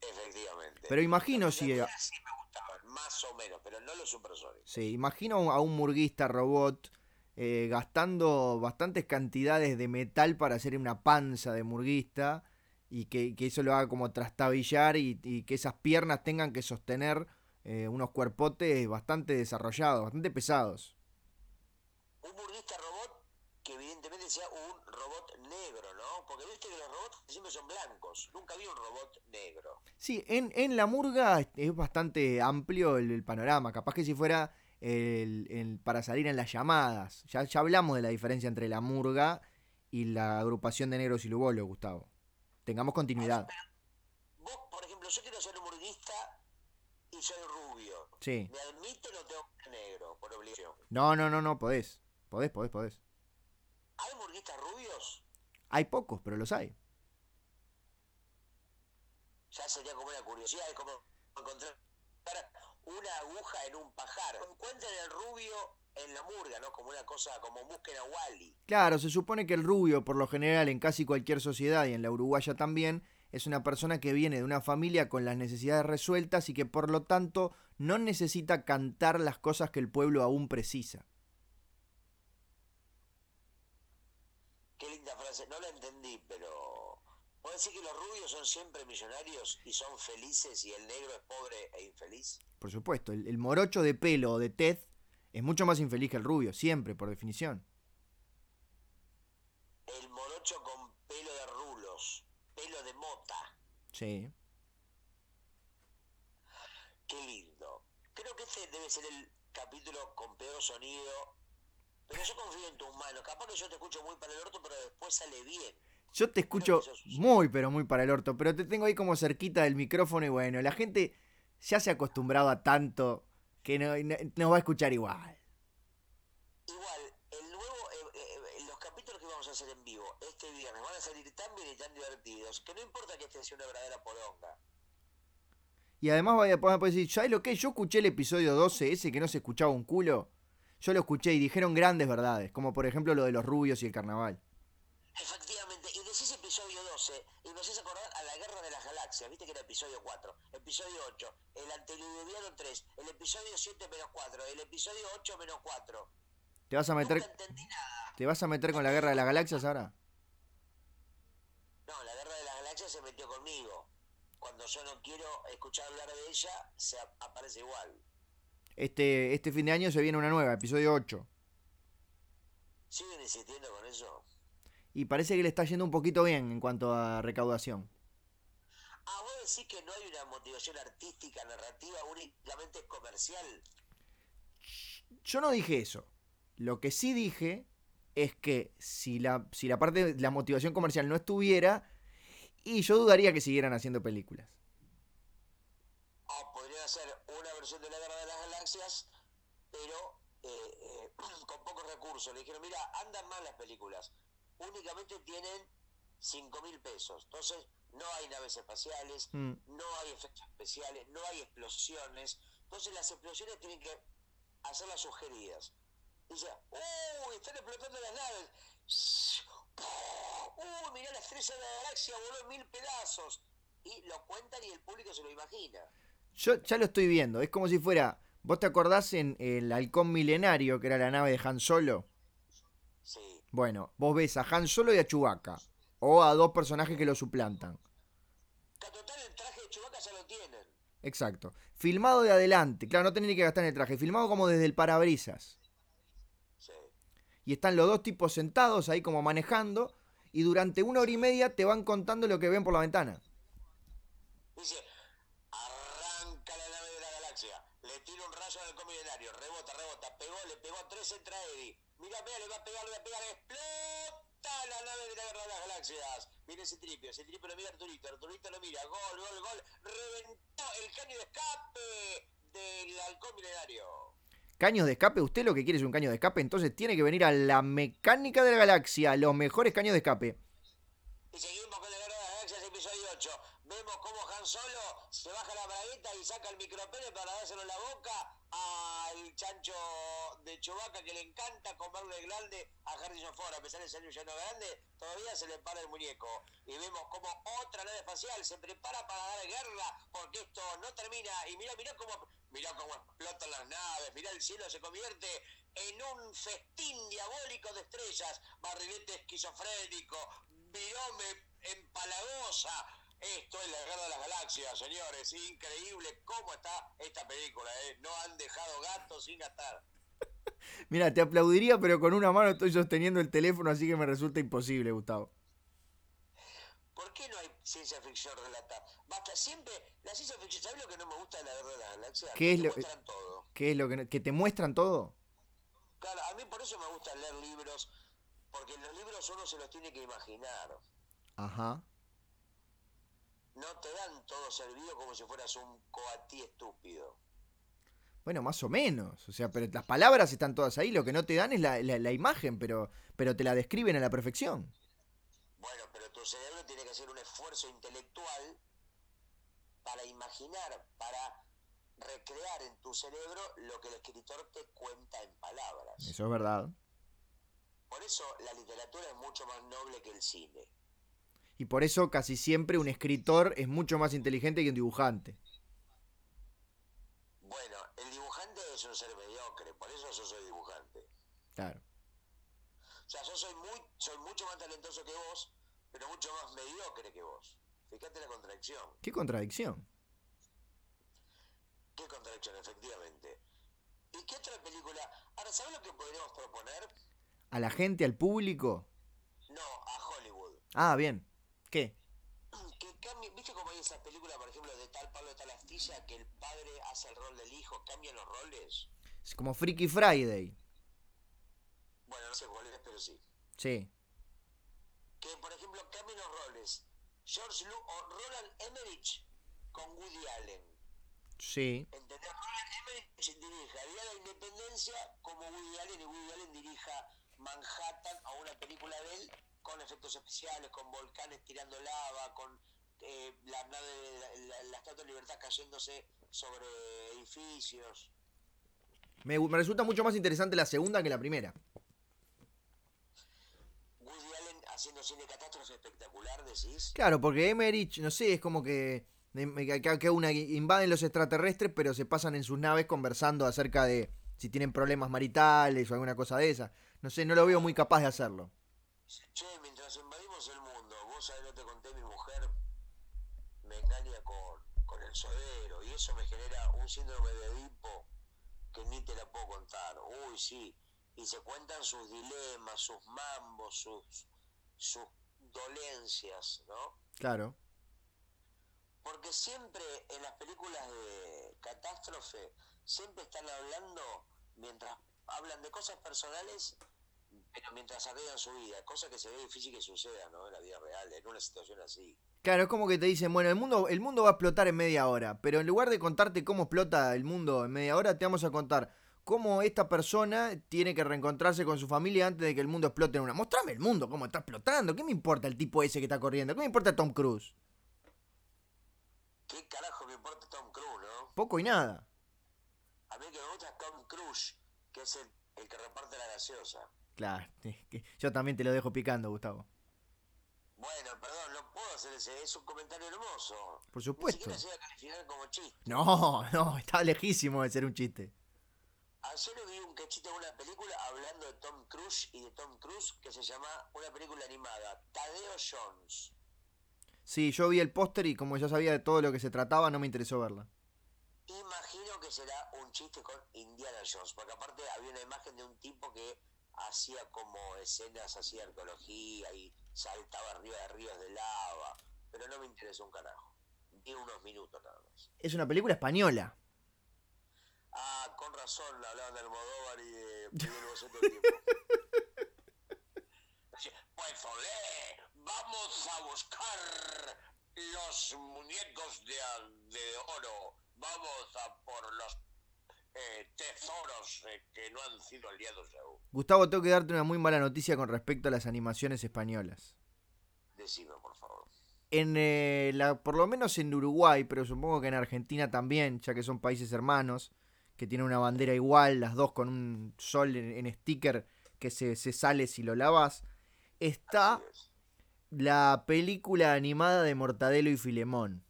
B: Efectivamente.
A: Pero imagino
B: Los
A: si...
B: Picapiedras sí me gustaban, más o menos, pero no los supersónicos.
A: Sí, imagino a un murguista robot eh, gastando bastantes cantidades de metal para hacer una panza de murguista y que, que eso lo haga como trastabillar y, y que esas piernas tengan que sostener eh, unos cuerpotes bastante desarrollados, bastante pesados.
B: Un burguista robot que evidentemente sea un robot negro, ¿no? Porque viste que los robots siempre son blancos. Nunca vi un robot negro.
A: Sí, en, en la murga es- es bastante amplio el, el panorama. Capaz que si fuera el, el- para salir en las llamadas. Ya, ya hablamos de la diferencia entre la murga y la agrupación de negros y lugolos, Gustavo. Tengamos continuidad.
B: Vos, por ejemplo, yo quiero ser un burguista y soy rubio.
A: Sí.
B: Me admito no tengo que ser negro, por obligación.
A: No, no, no, no, podés. Podés, podés, podés.
B: ¿Hay burguistas rubios?
A: Hay pocos, pero los hay.
B: Ya sería como una curiosidad, es como encontrar una aguja en un pajar. Encuentren el rubio en la murga, ¿no? Como una cosa, como busquen a Wally.
A: Claro, se supone que el rubio, por lo general, en casi cualquier sociedad y en la uruguaya también, es una persona que viene de una familia con las necesidades resueltas y que por lo tanto no necesita cantar las cosas que el pueblo aún precisa.
B: Qué linda frase, no la entendí, pero. ¿Puedo decir que los rubios son siempre millonarios y son felices y el negro es pobre e infeliz?
A: Por supuesto, el, el morocho de pelo o de tez es mucho más infeliz que el rubio, siempre, por definición.
B: El morocho con pelo de rulos, pelo de mota.
A: Sí.
B: Qué lindo. Creo que este debe ser el capítulo con peor sonido. Pero yo confío en tus manos. Capaz que yo te escucho muy para el orto, pero después sale bien.
A: Yo te escucho muy, pero muy para el orto, pero te tengo ahí como cerquita del micrófono y bueno, la gente ya se ha acostumbrado a tanto que no, no- nos va a escuchar igual.
B: Igual, el nuevo, eh, eh, eh, los capítulos que vamos a hacer en vivo este viernes van a salir tan bien y tan divertidos que no importa que este sea una verdadera poronga.
A: Y además vaya a poder decir, ¿sabes lo que? es? Yo escuché el episodio 12, ese que no se escuchaba un culo. Yo lo escuché y dijeron grandes verdades, como por ejemplo lo de los rubios y el carnaval.
B: Efectivamente, y decís episodio 12 y me hacés acordar a la Guerra de las Galaxias, viste que era episodio 4, episodio 8, el antediluviano 3, el episodio 7 menos 4, el episodio 8 menos 4.
A: ¿Te vas a
B: Nunca
A: meter,
B: entendí nada.
A: te vas a meter con la guerra de las galaxias ahora?
B: No, la Guerra de las Galaxias se metió conmigo. Cuando yo no quiero escuchar hablar de ella, se ap- aparece igual.
A: Este, este fin de año se viene una nueva, episodio 8.
B: ¿Siguen insistiendo con eso?
A: Y parece que le está yendo un poquito bien en cuanto a recaudación.
B: Ah, vos decís que no hay una motivación artística, narrativa, únicamente es comercial.
A: Yo no dije eso. Lo que sí dije es que si la, si la parte de la motivación comercial no estuviera, y yo dudaría que siguieran haciendo películas.
B: o podrían hacer eh, una versión de la Guerra de las Galaxias, pero eh, eh, con pocos recursos. Le dijeron, mira, andan mal las películas, únicamente tienen 5 mil pesos. Entonces, no hay naves espaciales,
A: Mm.
B: no hay efectos especiales, no hay explosiones. Entonces, las explosiones tienen que hacerlas sugeridas. Dice, ¡Uy! Están explotando las naves. ¡Uy! Mirá la estrella de la galaxia, voló en mil pedazos. Y lo cuentan y el público se lo imagina.
A: Yo ya lo estoy viendo. Es como si fuera. ¿Vos te acordás en el Halcón Milenario, que era la nave de Han Solo?
B: Sí.
A: Bueno, vos ves a Han Solo y a Chewbacca. O a dos personajes que lo suplantan.
B: Que total el traje de Chewbacca ya lo tienen.
A: Exacto. Filmado de adelante. Claro, no tenés ni que gastar en el traje. Filmado como desde el parabrisas.
B: Sí.
A: Y están los dos tipos sentados ahí como manejando. Y durante una hora y media te van contando lo que ven por la ventana.
B: Dice, arranca la nave de la galaxia, le tira un rayo en el comilenario, rebota, rebota, pegó, le pegó a tres, entra Eddie. Mira, mira, le va a pegar, le va a pegar, explota la nave de la guerra de las galaxias. Mira ese tripio, ese tripio lo mira Arturito, Arturito lo mira, gol, gol, gol, reventó el caño de escape del halcón milenario.
A: Caños de escape, usted lo que quiere es un caño de escape, entonces tiene que venir a la mecánica de la galaxia, a los mejores caños de escape.
B: Y seguimos con la guerra de las galaxias, episodio 8. Vemos cómo Han Solo se baja la bragueta y saca el micropene para dárselo en la boca al chancho de Chewbacca que le encanta comerle grande a Harrison Ford. A pesar de ser un lleno grande, todavía se le para el muñeco. Y vemos cómo otra nave espacial se prepara para dar guerra porque esto no termina. Y mira, mira cómo, mira cómo explotan las naves. Mira el cielo se convierte en un festín diabólico de estrellas. Barrilete esquizofrénico, virome empalagosa. Esto es la guerra de las galaxias, señores. Increíble cómo está esta película, ¿eh? No han dejado gatos sin gastar.
A: Mira, te aplaudiría, pero con una mano estoy sosteniendo el teléfono, así que me resulta imposible, Gustavo.
B: ¿Por qué no hay ciencia ficción relatada? Basta, siempre la ciencia ficción. ¿Sabes lo que no me gusta de la guerra de las galaxias?
A: ¿Qué
B: Que
A: es
B: te
A: lo-
B: muestran todo.
A: ¿Qué es lo que no- que te muestran todo?
B: Claro, a mí por eso me gusta leer libros, porque en los libros uno se los tiene que imaginar.
A: Ajá.
B: No te dan todo servido como si fueras un coatí estúpido.
A: Bueno, más o menos. O sea, pero las palabras están todas ahí. Lo que no te dan es la, la- la imagen, pero, pero te la describen a la perfección.
B: Bueno, pero tu cerebro tiene que hacer un esfuerzo intelectual para imaginar, para recrear en tu cerebro lo que el escritor te cuenta en palabras.
A: Eso es verdad.
B: Por eso la literatura es mucho más noble que el cine.
A: Y por eso casi siempre un escritor es mucho más inteligente que un dibujante.
B: Bueno, el dibujante es un ser mediocre, por eso yo soy dibujante.
A: Claro.
B: O sea, yo soy, muy, soy mucho más talentoso que vos, pero mucho más mediocre que vos. Fíjate la contradicción.
A: Qué contradicción.
B: Qué contradicción, efectivamente. ¿Y qué otra película? Ahora, ¿sabes lo que podríamos proponer?
A: A la gente, al público.
B: No, a Hollywood.
A: Ah, bien. ¿Qué?
B: Que cambie- ¿Viste cómo hay esas películas, por ejemplo, de tal Pablo de tal astilla, que el padre hace el rol del hijo, cambian los roles?
A: Es como Freaky Friday.
B: Bueno, no sé cuál es, pero sí.
A: Sí.
B: Que, por ejemplo, cambian los roles. George Lu o Roland Emmerich con Woody Allen.
A: Sí.
B: ¿Entendés? Ah, Roland Emmerich dirija Día de la Independencia como Woody Allen y Woody Allen dirija Manhattan a una película de él con efectos especiales, con volcanes tirando lava, con eh, la nave, la, la- la Estatua de Libertad cayéndose sobre edificios.
A: Me, me resulta mucho más interesante la segunda que la primera.
B: Woody Allen haciendo cine catástrofe espectacular, decís.
A: Claro, porque Emerich, no sé, es como que, que, que una, invaden los extraterrestres, pero se pasan en sus naves conversando acerca de si tienen problemas maritales o alguna cosa de esa. No sé, no lo veo muy capaz de hacerlo.
B: Che, mientras invadimos el mundo, vos sabés, no te conté, mi mujer me engaña con, con el sodero y eso me genera un síndrome de Edipo que ni te la puedo contar. Uy, sí. Y se cuentan sus dilemas, sus mambos, sus, sus dolencias, ¿no?
A: Claro.
B: Porque siempre en las películas de catástrofe, siempre están hablando, mientras hablan de cosas personales, pero mientras arreglan su vida, cosa que se ve difícil que suceda, ¿no? En la vida real, en una situación así.
A: Claro, es como que te dicen, bueno, el mundo, el mundo va a explotar en media hora, pero en lugar de contarte cómo explota el mundo en media hora, te vamos a contar cómo esta persona tiene que reencontrarse con su familia antes de que el mundo explote en una. Mostrame el mundo, cómo está explotando. ¿Qué me importa el tipo ese que está corriendo? ¿Qué me importa Tom Cruise?
B: ¿Qué carajo me importa Tom Cruise, no?
A: Poco y nada.
B: A mí el que me gusta es Tom Cruise, que es el, el que reparte la gaseosa.
A: Claro, es que yo también te lo dejo picando, Gustavo.
B: Bueno, perdón, no puedo hacer ese, es un comentario hermoso.
A: Por
B: Ni
A: supuesto.
B: siquiera llega a calificar como chiste.
A: No, no, está lejísimo de ser un chiste.
B: Ayer Ah, vi un cachito de una película hablando de Tom Cruise y de Tom Cruise que se llama una película animada, Tadeo Jones.
A: Sí, yo vi el póster y como ya sabía de todo lo que se trataba, no me interesó verla.
B: Imagino que será un chiste con Indiana Jones, porque aparte había una imagen de un tipo que hacía como escenas así de arqueología y saltaba arriba de ríos de lava, pero no me interesó un carajo. Vi unos minutos nada más.
A: Es una película española.
B: Ah, con razón hablaban de Almodóvar y de Miguel Bosé todo el tiempo. Decía, Pues olé, vamos a buscar los muñecos de, a- de oro. Vamos a por los eh, tesoros eh, que no han sido aliados aún.
A: Gustavo, tengo que darte una muy mala noticia con respecto a las animaciones españolas.
B: Decime, por favor.
A: En eh, la, por lo menos en Uruguay, pero supongo que en Argentina también, ya que son países hermanos, que tienen una bandera igual, las dos con un sol en, en sticker que se, se sale si lo lavas, está
B: Así es.
A: la película animada de Mortadelo y Filemón.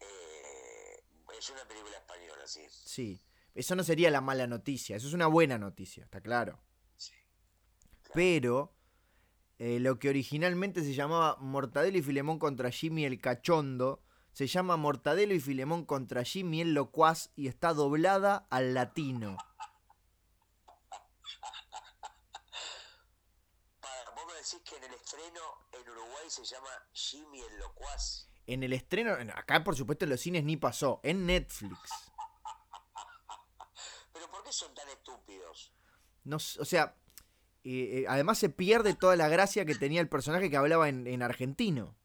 B: Eh, es una película española, sí.
A: Sí, eso no sería la mala noticia, eso es una buena noticia, está claro.
B: Sí.
A: Pero eh, lo que originalmente se llamaba Mortadelo y Filemón contra Jimmy el Cachondo, se llama Mortadelo y Filemón contra Jimmy el Locuaz y está doblada al latino.
B: Para, vos me decís que en el estreno en Uruguay se llama Jimmy el Locuaz.
A: En el estreno, en- acá por supuesto en los cines ni pasó, en Netflix.
B: Pero ¿por qué son tan estúpidos?
A: No, s- o sea, eh, eh, además se pierde toda la gracia que tenía el personaje que hablaba en, en argentino.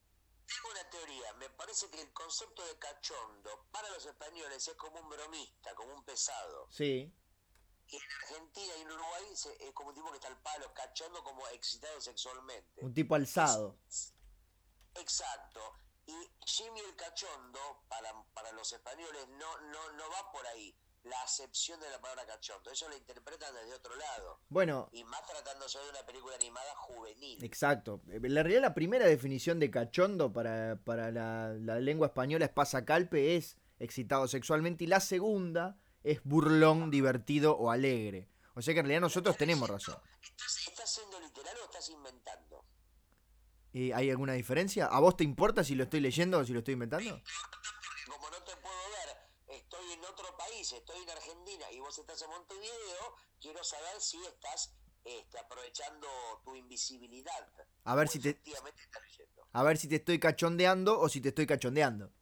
B: Tengo una teoría. Me parece que el concepto de cachondo para los españoles es como un bromista, como un pesado.
A: Sí.
B: Y en Argentina y en Uruguay se- es como un tipo que está al palo, cachondo como excitado sexualmente.
A: Un tipo alzado.
B: Exacto. Y Jimmy el cachondo, para, para los españoles, no, no, no va por ahí. La acepción de la palabra cachondo. Eso lo interpretan desde otro lado.
A: Bueno,
B: Y más tratándose de una película animada juvenil.
A: Exacto. En la realidad, la primera definición de cachondo para, para la, la lengua española es pasacalpe, es excitado sexualmente, y la segunda es burlón, divertido o alegre. O sea que en realidad nosotros tenemos razón.
B: ¿Estás, estás siendo literal o estás inventando?
A: Eh, ¿Hay alguna diferencia? ¿A vos te importa si lo estoy leyendo o si lo estoy inventando?
B: Como no te puedo ver, estoy en otro país, estoy en Argentina y vos estás en Montevideo, quiero saber si estás este, aprovechando tu invisibilidad.
A: A ver si te,
B: Efectivamente estás leyendo.
A: a ver si te estoy cachondeando o si te estoy cachondeando.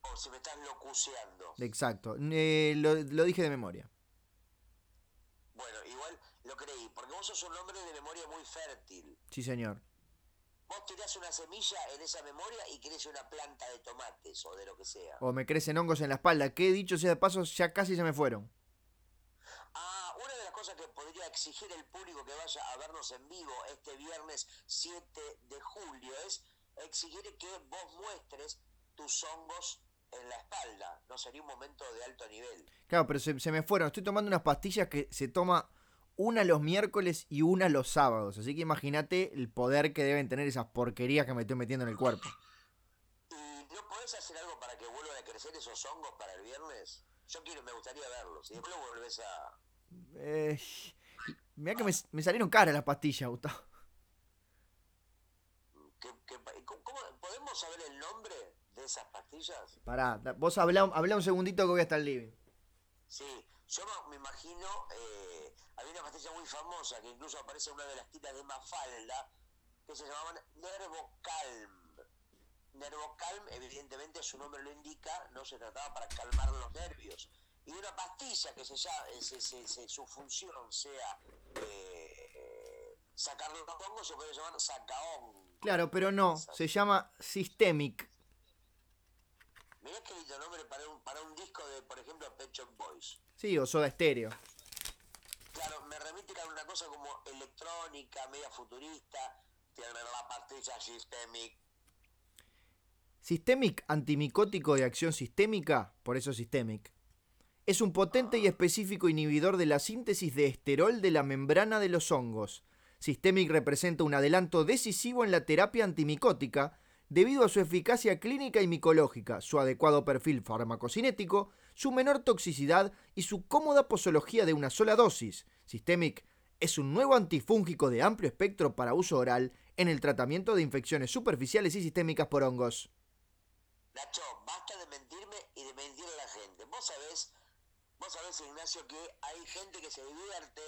B: O si me estás locuceando.
A: Exacto. Eh, lo, lo dije de memoria.
B: Bueno, igual lo creí, porque vos sos un hombre de memoria muy fértil.
A: Sí, señor.
B: Vos tirás una semilla en esa memoria y crece una planta de tomates o de lo que sea.
A: O me crecen hongos en la espalda, que dicho sea de paso, ya casi se me fueron.
B: Ah, una de las cosas que podría exigir el público que vaya a vernos en vivo este viernes 7 de julio es exigir que vos muestres tus hongos en la espalda. No sería un momento de alto nivel.
A: Claro, pero se, se me fueron. Estoy tomando unas pastillas que se toma una los miércoles y una los sábados. Así que imagínate el poder que deben tener esas porquerías que me estoy metiendo en el cuerpo.
B: ¿Y no podés hacer algo para que vuelvan a crecer esos hongos para el viernes? Yo quiero, me gustaría verlos. Y después lo volvés a...
A: Eh, mirá que me, me salieron caras las pastillas, Gustavo.
B: ¿qué- qué pa- cómo- cómo- ¿Podemos saber el nombre de esas pastillas?
A: Pará, da- vos hablá, hablá un segundito que voy hasta el living.
B: Sí, yo me- me imagino, eh, había una pastilla muy famosa que incluso aparece en una de las tiras de Mafalda, que se llamaban Nervocalm. Nervocalm, evidentemente su nombre lo indica, no se trataba para calmar los nervios. Y una pastilla que se llama, eh, se- se- se- su función sea eh, sacar los hongos, se puede llamar sacaón.
A: Claro, pero no, se llama Systemic.
B: Mirá qué lindo nombre para un, para un disco de, por ejemplo, Pet Shop Boys.
A: Sí, o soda estéreo.
B: Claro, me remite a una cosa como electrónica, media futurista, tiene la pastilla systemic.
A: Systemic antimicótico de acción sistémica, por eso Systemic, es un potente y específico inhibidor de la síntesis de esterol de la membrana de los hongos. Systemic representa un adelanto decisivo en la terapia antimicótica debido a su eficacia clínica y micológica, su adecuado perfil farmacocinético, su menor toxicidad y su cómoda posología de una sola dosis. Systemic es un nuevo antifúngico de amplio espectro para uso oral en el tratamiento de infecciones superficiales y sistémicas por hongos.
B: Nacho, basta de mentirme y de mentir a la gente. Vos sabés, vos sabés, Ignacio, que hay gente que se divierte,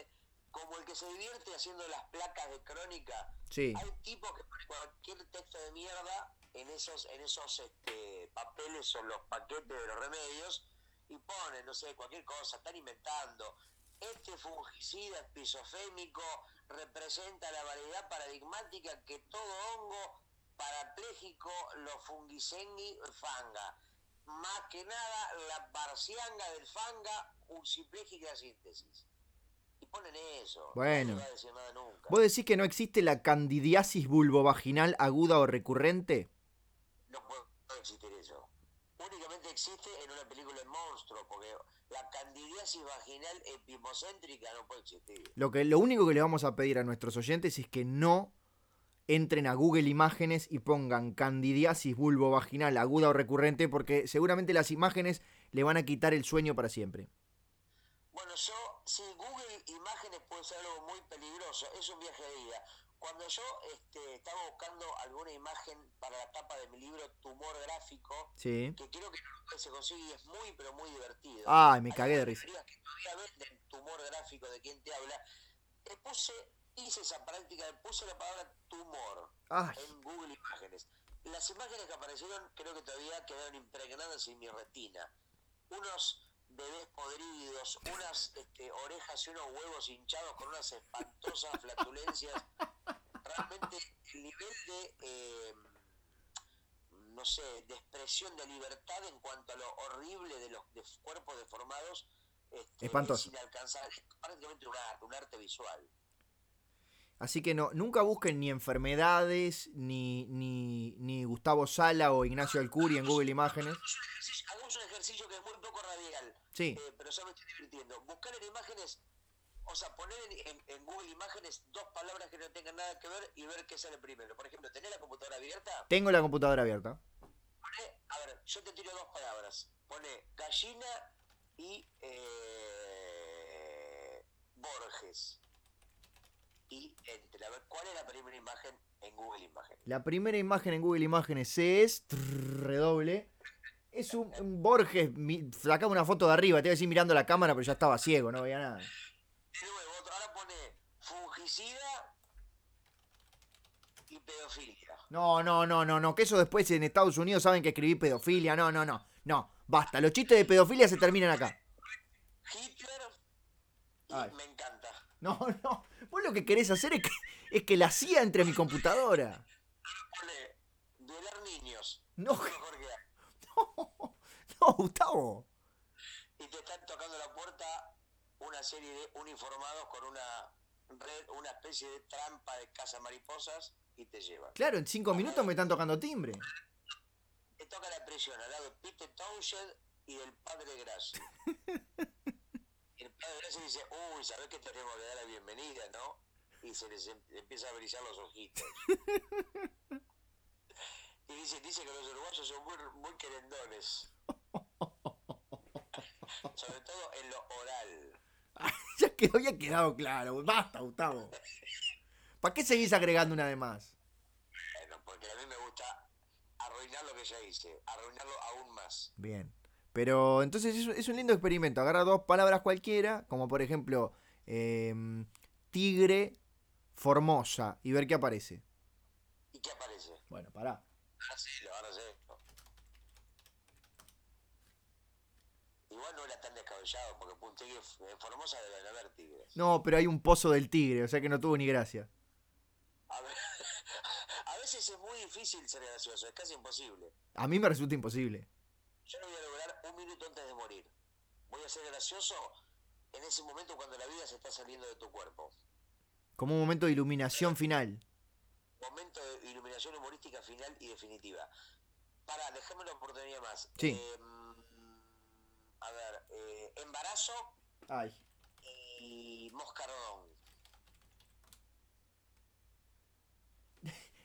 B: como el que se divierte haciendo las placas de crónica.
A: Sí.
B: Hay tipos que ponen cualquier texto de mierda en esos, en esos este, papeles o los paquetes de los remedios y ponen, no sé, cualquier cosa, están inventando. Este fungicida esquizofénico representa la variedad paradigmática que todo hongo parapléjico lo fungicengui fanga. Más que nada la barcianga del fanga ursipléjica síntesis. Y ponen eso.
A: Bueno.
B: No se va a decir nada nunca.
A: ¿Vos decís que no existe la candidiasis bulbovaginal aguda o recurrente?
B: no puede existir eso. Únicamente existe en una película de monstruo, porque la candidiasis vaginal epimocéntrica no puede existir.
A: Lo, que, lo único que le vamos a pedir a nuestros oyentes es que no entren a Google Imágenes y pongan candidiasis bulbovaginal aguda o recurrente porque seguramente las imágenes le van a quitar el sueño para siempre.
B: Bueno, yo, si Google Imágenes puede ser algo muy peligroso, es un viaje de ida. Cuando yo este, estaba buscando alguna imagen para la tapa de mi libro Tumor Gráfico,
A: Sí.
B: que creo que nunca se consigue y es muy, pero muy divertido.
A: Ay, Ah, me
B: Hay
A: cagué de
B: unas
A: risa.
B: librerías que todavía venden tumor gráfico de quien te habla. Le puse, hice esa práctica, le puse la palabra tumor
A: Ay,
B: en Google Imágenes. Las imágenes que aparecieron creo que todavía quedaron impregnadas en mi retina. Unos bebés podridos, unas este, orejas y unos huevos hinchados con unas espantosas flatulencias. Realmente el nivel de, eh, no sé, de expresión de libertad en cuanto a lo horrible de los de cuerpos deformados este,
A: Espantoso.
B: es inalcanzable. Es prácticamente un arte, un arte visual.
A: Así que no, nunca busquen ni enfermedades, ni, ni, ni Gustavo Sala o Ignacio Alcuri en Google Imágenes.
B: Hagamos un ejercicio- hagamos un ejercicio que es muy poco radial.
A: Sí,
B: Eh, pero ya me estoy divirtiendo. Buscar en imágenes, o sea, poner en, en- en Google Imágenes dos palabras que no tengan nada que ver y ver qué sale primero. Por ejemplo, ¿tenés la computadora abierta?
A: tengo la computadora abierta.
B: Poné, a ver, yo te tiro dos palabras. Pone gallina y eh, Borges. Y entre, a ver, ¿cuál es la primera imagen en Google Imágenes?
A: La primera imagen en Google Imágenes es. trrr, redoble. Es un, un Borges. mi- Sacaba una foto de arriba, te iba a decir mirando la cámara, pero ya estaba ciego, no veía nada.
B: De nuevo, otro, ahora pone fungicida y pedofilia.
A: No, no, no, no, no. Que eso después en Estados Unidos saben que escribí pedofilia. No, no, no. No, basta. Los chistes de pedofilia se terminan acá.
B: Hitler y
A: Ay.
B: me encanta.
A: No, no. Vos lo que querés hacer es que, es que la hacía entre mi computadora.
B: Pone, violar niños.
A: No,
B: es lo mejor que hay.
A: no. No, Gustavo.
B: Y te están tocando la puerta una serie de uniformados con una red, una especie de trampa de caza mariposas y te llevan.
A: Claro, en cinco minutos me están tocando timbre.
B: Te toca la prisión al lado de Peter Townshend y del padre Graci. Y el padre Graci dice, uy, ¿sabés que tenemos que dar la bienvenida, no? Y se les em- empieza a brillar los ojitos. Y dice, dice que los uruguayos son muy, muy querendones. Sobre todo en lo oral.
A: Ya que había quedado claro. Basta, Gustavo. ¿Para qué seguís agregando una de más?
B: Bueno, porque a mí me gusta arruinar lo que ya hice, arruinarlo aún más.
A: Bien. Pero entonces es, es un lindo experimento. Agarra dos palabras cualquiera, como por ejemplo em, tigre, formosa, y ver qué aparece.
B: ¿Y qué aparece?
A: Bueno, pará.
B: Ahora sí, ahora sí. Igual no era tan descabellado, porque un tigre f- en Formosa deben haber tigres.
A: No, pero hay un pozo del tigre, o sea que no tuvo ni gracia.
B: A, ve- a veces es muy difícil ser gracioso, es casi imposible.
A: A mí me resulta imposible.
B: Yo lo voy a lograr un minuto antes de morir. Voy a ser gracioso en ese momento cuando la vida se está saliendo de tu cuerpo.
A: Como un momento de iluminación final.
B: Momento de iluminación humorística final y definitiva. Pará, déjame una oportunidad más.
A: Sí.
B: Eh, a ver, eh, embarazo
A: Ay.
B: y moscardón.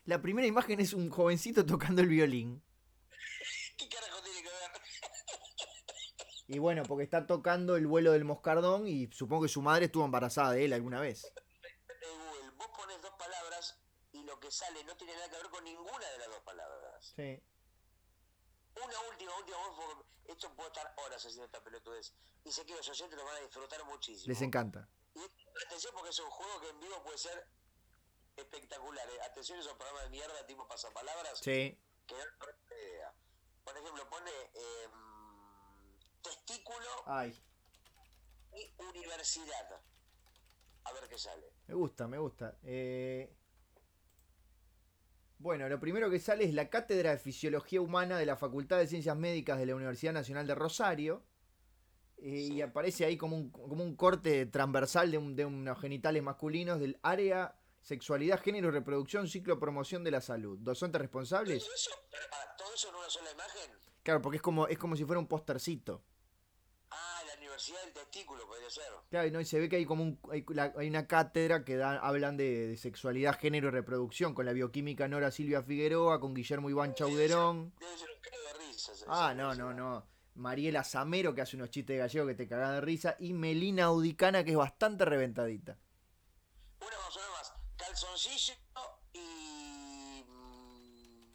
A: La primera imagen es un jovencito tocando el violín.
B: ¿Qué carajo tiene que ver?
A: Y bueno, porque está tocando el vuelo del moscardón y supongo que su madre estuvo embarazada de él alguna vez.
B: En Eh, Google, vos pones dos palabras y lo que sale no tiene nada que ver con ninguna de las dos palabras.
A: Sí.
B: Una última, última voz, porque esto puedo estar horas haciendo esta pelotudez. Y sé que los oyentes lo van a disfrutar muchísimo.
A: Les encanta.
B: Y atención porque es un juego que en vivo puede ser espectacular. ¿eh? Atención a esos programas de mierda tipo pasapalabras.
A: Sí.
B: Que no tengo idea. Por ejemplo, pone eh, testículo
A: Ay,
B: y universidad. A ver qué sale.
A: me gusta, me gusta. Eh, Bueno, lo primero que sale es la Cátedra de Fisiología Humana de la Facultad de Ciencias Médicas de la Universidad Nacional de Rosario. Eh,
B: Sí.
A: Y aparece ahí como un, como un corte transversal de, un- de unos genitales masculinos del área sexualidad, género, reproducción, ciclo, promoción de la salud. ¿Docentes responsables?
B: ¿Todo eso, pero para, ¿Todo eso en una sola imagen?
A: Claro, porque es como, es como si fuera un postercito.
B: Ah, la universidad del testículo podría ser.
A: Claro, y no, y se ve que hay como un- hay, la- hay una cátedra que da- hablan de, de sexualidad, género y reproducción, con la bioquímica Nora Silvia Figueroa, con Guillermo Iván Chauderón.
B: Debe ser un cago de risas.
A: Ah,
B: esa
A: no, no,
B: universidad.
A: no. Mariela Samero, que hace unos chistes de gallego que te cagás de risa, y Melina Audicana, que es bastante reventadita.
B: Una más, una más. Calzoncillo y. mm,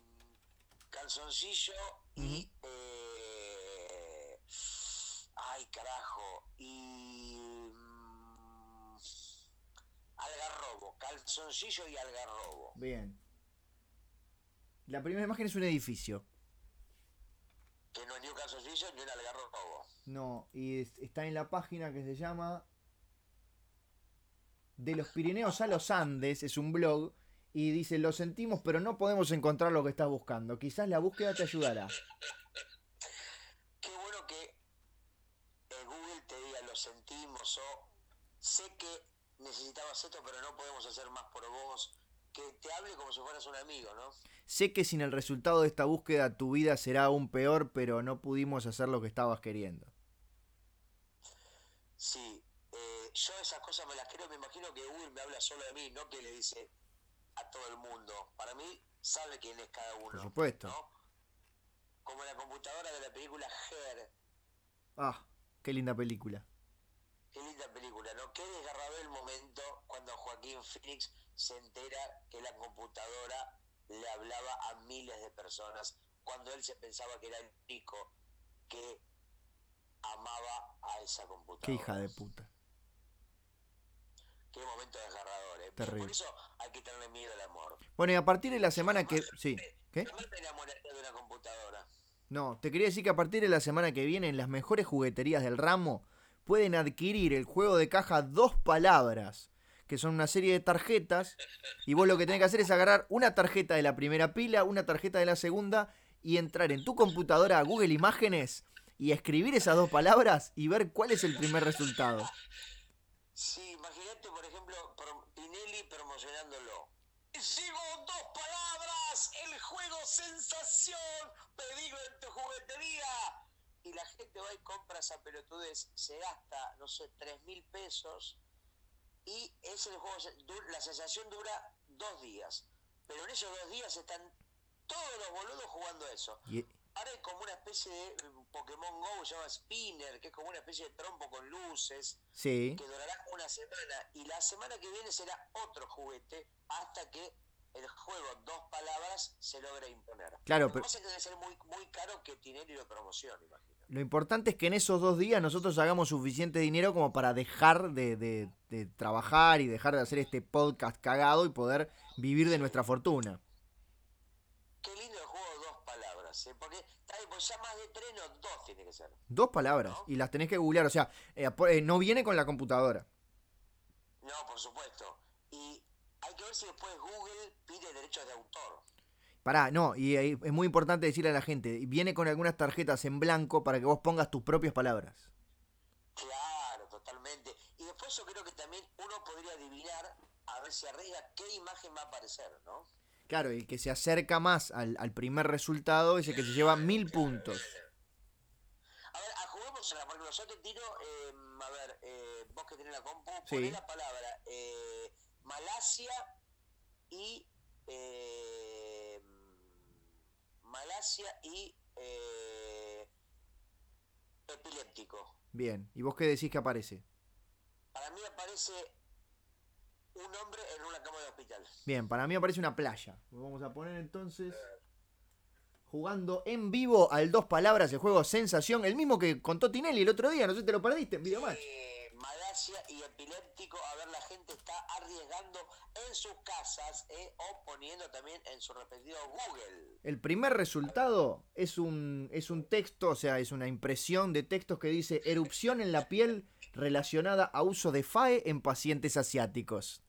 B: Calzoncillo y. eh, ay, carajo. Y. mm, Algarrobo. Calzoncillo y algarrobo.
A: Bien. La primera imagen es un edificio.
B: Que no es ni un calzoncillo ni un algarrobo.
A: No, y es- está en la página que se llama De los Pirineos a los Andes, es un blog, y dice, lo sentimos, pero no podemos encontrar lo que estás buscando. Quizás la búsqueda te ayudará.
B: Qué bueno que eh, Google te diga lo sentimos o sé que necesitabas esto, pero no podemos hacer más por vos. Que te hable como si fueras un amigo, ¿no?
A: Sé que sin el resultado de esta búsqueda tu vida será aún peor, pero no pudimos hacer lo que estabas queriendo.
B: Sí, eh, yo esas cosas me las creo, me imagino que Google me habla solo de mí, no que le dice a todo el mundo. Para mí, sabe quién es cada uno.
A: Por supuesto.
B: ¿no? Como la computadora de la película Her,
A: Ah, qué linda película.
B: Qué linda película, ¿no? Qué desgarrador el momento cuando Joaquín Phoenix se entera que la computadora le hablaba a miles de personas, cuando él se pensaba que era el único que amaba a esa computadora.
A: Qué hija de puta.
B: Qué momento desgarrador, ¿eh?
A: Terrible.
B: Por eso hay que tenerle miedo al amor.
A: Bueno, y a partir de la semana que... Sí. ¿Qué?
B: Jamás te enamorarías de una computadora.
A: No, te quería decir que a partir de la semana que viene en las mejores jugueterías del ramo pueden adquirir el juego de caja Dos Palabras, que son una serie de tarjetas y vos lo que tenés que hacer es agarrar una tarjeta de la primera pila, una tarjeta de la segunda y entrar en tu computadora a Google Imágenes y escribir esas dos palabras y ver cuál es el primer resultado.
B: Sí, imagínate, por ejemplo, pro- Pinelli promocionándolo. Llegó dos palabras, el juego sensación, peligro en tu juguetería. Y la gente va y compra esa pelotudez, se gasta, no sé, tres mil pesos y es el juego, sen- du- la sensación dura dos días. Pero en esos dos días están todos los boludos jugando eso.
A: Y-
B: Ahora hay como una especie de eh, Pokémon Go, se llama Spinner, que es como una especie de trompo con luces
A: sí,
B: que durará una semana y la semana que viene será otro juguete hasta que el juego dos palabras se logra imponer.
A: Claro,
B: lo que
A: pero-
B: pasa es que debe ser muy, muy caro que Tinelli lo promocione, imagino.
A: lo importante es que en esos dos días nosotros hagamos suficiente dinero como para dejar de, de- de trabajar y dejar de hacer este podcast cagado y poder vivir de nuestra fortuna.
B: Qué lindo el juego dos palabras, ¿eh? porque está bien, pues ya más de tres, no, dos tiene que ser.
A: Dos palabras y las tenés que googlear. O sea, eh, po- eh, no viene con la computadora.
B: No, por supuesto. Y hay que ver si después Google pide derechos de autor.
A: Pará, no, y eh, es muy importante decirle a la gente, viene con algunas tarjetas en blanco para que vos pongas tus propias palabras.
B: Claro, totalmente. Y después yo creo que también uno podría adivinar, a ver si arriesga, qué imagen va a aparecer, ¿no?
A: Claro, el que se acerca más al, al primer resultado es el que se lleva mil puntos.
B: A ver, a- juguemos a la palabra. Yo te tiro, eh, a ver, eh, vos que tenés la compu,
A: Sí.
B: poné la palabra eh, Malasia y. eh, Malasia y. eh, epiléptico.
A: Bien, ¿y vos qué decís que aparece?
B: Para mí aparece un hombre en una cama de hospital.
A: Bien, para mí aparece una playa. Vamos a poner entonces jugando en vivo al dos palabras, el juego Sensación, el mismo que contó Tinelli el otro día, no sé si te lo perdiste en Videomatch.
B: Eh, Malasia y epiléptico, a ver, la gente está arriesgando en sus casas eh, o poniendo también en su respectivo Google.
A: El primer resultado es un, es un texto, o sea, es una impresión de textos que dice erupción en la piel relacionada a uso de FAE en pacientes asiáticos.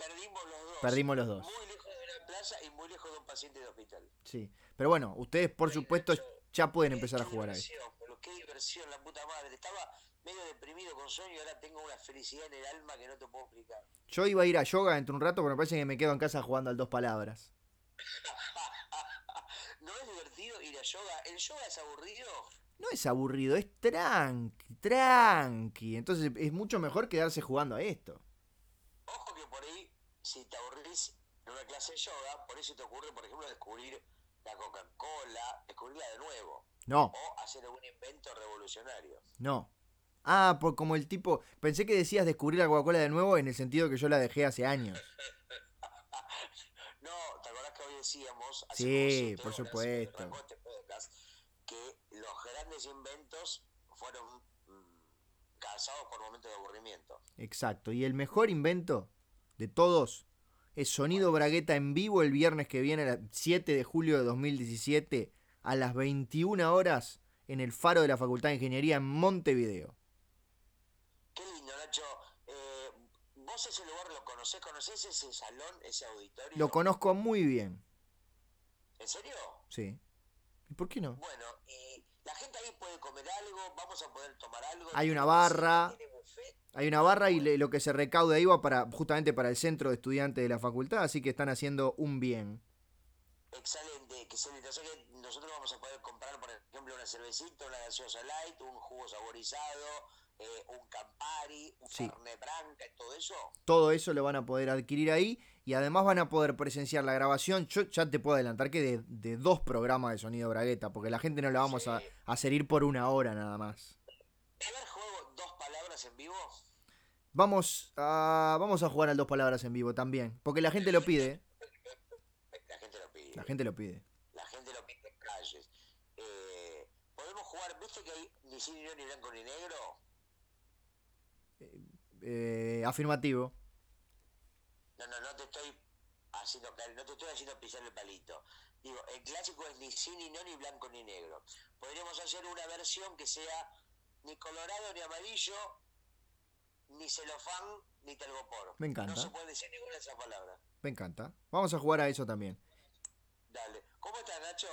B: Perdimos los dos.
A: Perdimos los dos,
B: Muy lejos de la plaza y muy lejos de un paciente de hospital.
A: sí. Pero bueno, ustedes por supuesto ya pueden empezar a
B: Qué
A: jugar ahí.
B: diversión, Pero qué diversión, la puta madre. Estaba medio deprimido con sueño y ahora tengo una felicidad en el alma que no te puedo explicar.
A: Yo iba a ir a yoga dentro de un rato, pero me parece que me quedo en casa jugando al dos palabras.
B: ¿No es divertido ir a yoga? ¿El yoga es aburrido?
A: No es aburrido, es tranqui, tranqui. Entonces es mucho mejor quedarse jugando a esto.
B: Ojo que por ahí, si te aburrís en una clase de yoga, por eso te ocurre, por ejemplo, descubrir la Coca-Cola, descubrirla de nuevo,
A: No,
B: o hacer algún invento revolucionario.
A: no. Ah, por como el tipo. Pensé que decías descubrir la Coca-Cola de nuevo en el sentido que yo la dejé hace años.
B: No, ¿te acordás que hoy decíamos? hace como
A: Sí,
B: siete
A: por
B: horas, que
A: supuesto.
B: arrancó este podcast, que los grandes inventos fueron mm, cansados por momentos de aburrimiento.
A: Exacto. Y el mejor invento de todos es Sonido Bragueta en vivo el viernes que viene, el 7 de julio de 2017, a las 21 horas, en el Faro de la Facultad de Ingeniería en Montevideo.
B: Qué lindo, Nacho. Eh, ¿Vos ese lugar lo conocés? ¿Conocés ese salón, ese auditorio?
A: Lo conozco muy bien,
B: ¿En serio?
A: sí. ¿Y por qué no?
B: Bueno, y la gente ahí puede comer algo, vamos a poder tomar algo.
A: Hay una
B: ¿Tiene
A: barra.
B: cine? ¿Tiene buffet?
A: Hay una barra y le- lo que se recauda ahí va para, justamente para el centro de estudiantes de la facultad, así que están haciendo un bien.
B: Excelente, excelente. O sea que nosotros vamos a poder comprar, por ejemplo, una cervecita, una gaseosa light, un jugo saborizado, eh, un campari, un
A: Sí.
B: carne branca y todo eso.
A: Todo eso lo van a poder adquirir ahí y además van a poder presenciar la grabación. Yo ya te puedo adelantar que de, de dos programas de Sonido Bragueta, porque la gente no la vamos a,
B: Sí.
A: a hacer ir por una hora nada más.
B: ¿Va a haber juego dos palabras en vivo?
A: Vamos a, vamos a jugar al dos palabras en vivo también, porque la gente lo pide.
B: La gente lo pide.
A: La gente lo pide.
B: La gente lo pide en calles. Eh, ¿Podemos jugar? ¿Viste que hay ni sirvió ni blanco ni negro?
A: Eh, afirmativo.
B: No, no, no te estoy haciendo cal- no te estoy haciendo pisar el palito. Digo, el clásico es ni sí, ni no, ni blanco, ni negro. Podríamos hacer una versión que sea ni colorado, ni amarillo, ni celofán, ni talgopor.
A: Me encanta.
B: No se puede decir ninguna de esas palabras.
A: Me encanta. Vamos a jugar a eso también.
B: Dale. ¿Cómo estás, Nacho?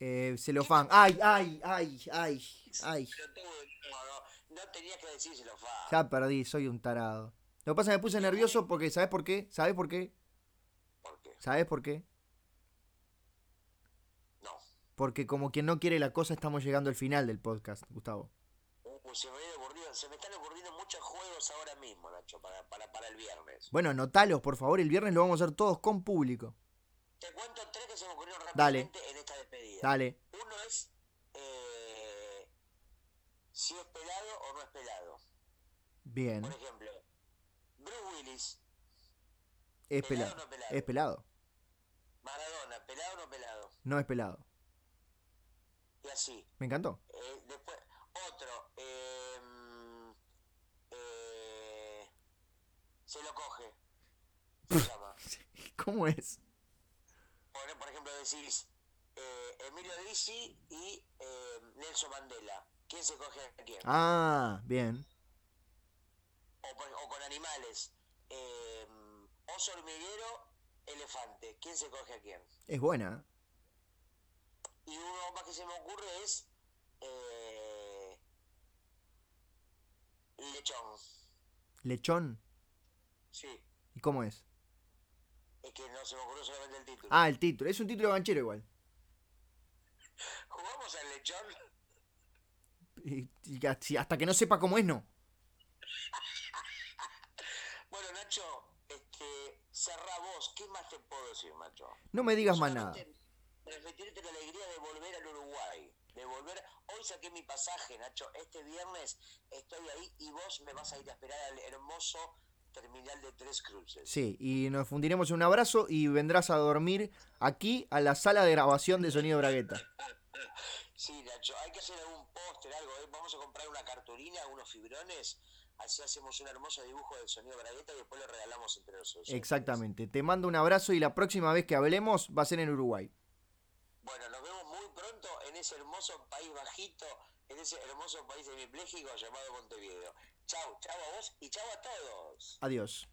A: Eh, celofán. Ay, ay, ay, ay, ay.
B: Pero tú, no, no, no tenías que decir celofán.
A: Ya perdí, soy un tarado. Lo que pasa es que me puse nervioso porque, ¿sabes por qué? ¿Sabes por qué?
B: ¿Por qué?
A: ¿Sabes por qué?
B: No.
A: Porque como quien no quiere la cosa, estamos llegando al final del podcast, Gustavo.
B: Uh, se me, había ocurrido- se me están ocurriendo muchos juegos ahora mismo, Nacho, para, para, para el viernes.
A: Bueno, anotalos, por favor, el viernes lo vamos a hacer todos con público.
B: Te cuento tres que se me ocurrieron
A: Dale.
B: rápidamente en esta despedida.
A: Dale.
B: Uno es eh, si es pelado o no es pelado.
A: Bien.
B: Por ejemplo, Bruce Willis,
A: Es
B: pelado
A: pelado.
B: o no pelado.
A: Es pelado.
B: Maradona, pelado o no pelado.
A: No es pelado.
B: Y así.
A: Me encantó.
B: Eh, después, otro, eh, mm, eh, se lo coge. Se llama.
A: ¿Cómo es?
B: Por, por ejemplo, decís eh, Emilio Dizzi y eh, Nelson Mandela. ¿Quién se coge a quién?
A: Ah, bien.
B: o, por- o con animales. Eh, oso hormiguero, elefante. ¿Quién se coge a quién?
A: Es buena.
B: Y uno más que se me ocurre es eh, lechón.
A: Lechón.
B: Sí.
A: ¿Y cómo es?
B: Es que no se me ocurrió solamente el título.
A: Ah, el título. Es un título ganchero igual.
B: ¿Jugamos al lechón?
A: Y- y hasta- Hasta que no sepa cómo es, no.
B: Bueno, Nacho, este, cerrá vos. ¿Qué más te puedo decir, Nacho?
A: No me digas más nada.
B: Solamente Repetirte la alegría de volver al Uruguay. De volver. Hoy saqué mi pasaje, Nacho. Este viernes estoy ahí y vos me vas a ir a esperar al hermoso terminal de Tres Cruces.
A: Sí, y nos fundiremos en un abrazo y vendrás a dormir aquí a la sala de grabación de Sonido Bragueta.
B: Sí, Nacho, hay que hacer algún póster, algo. ¿eh? Vamos a comprar una cartulina, unos fibrones. Así hacemos un hermoso dibujo del sonido bragueta y después lo regalamos entre nosotros.
A: Exactamente. Te mando un abrazo y la próxima vez que hablemos va a ser en Uruguay.
B: Bueno, nos vemos muy pronto en ese hermoso país bajito, en ese hermoso país semipléjico llamado Montevideo. Chau, chau a vos y chau a todos.
A: Adiós.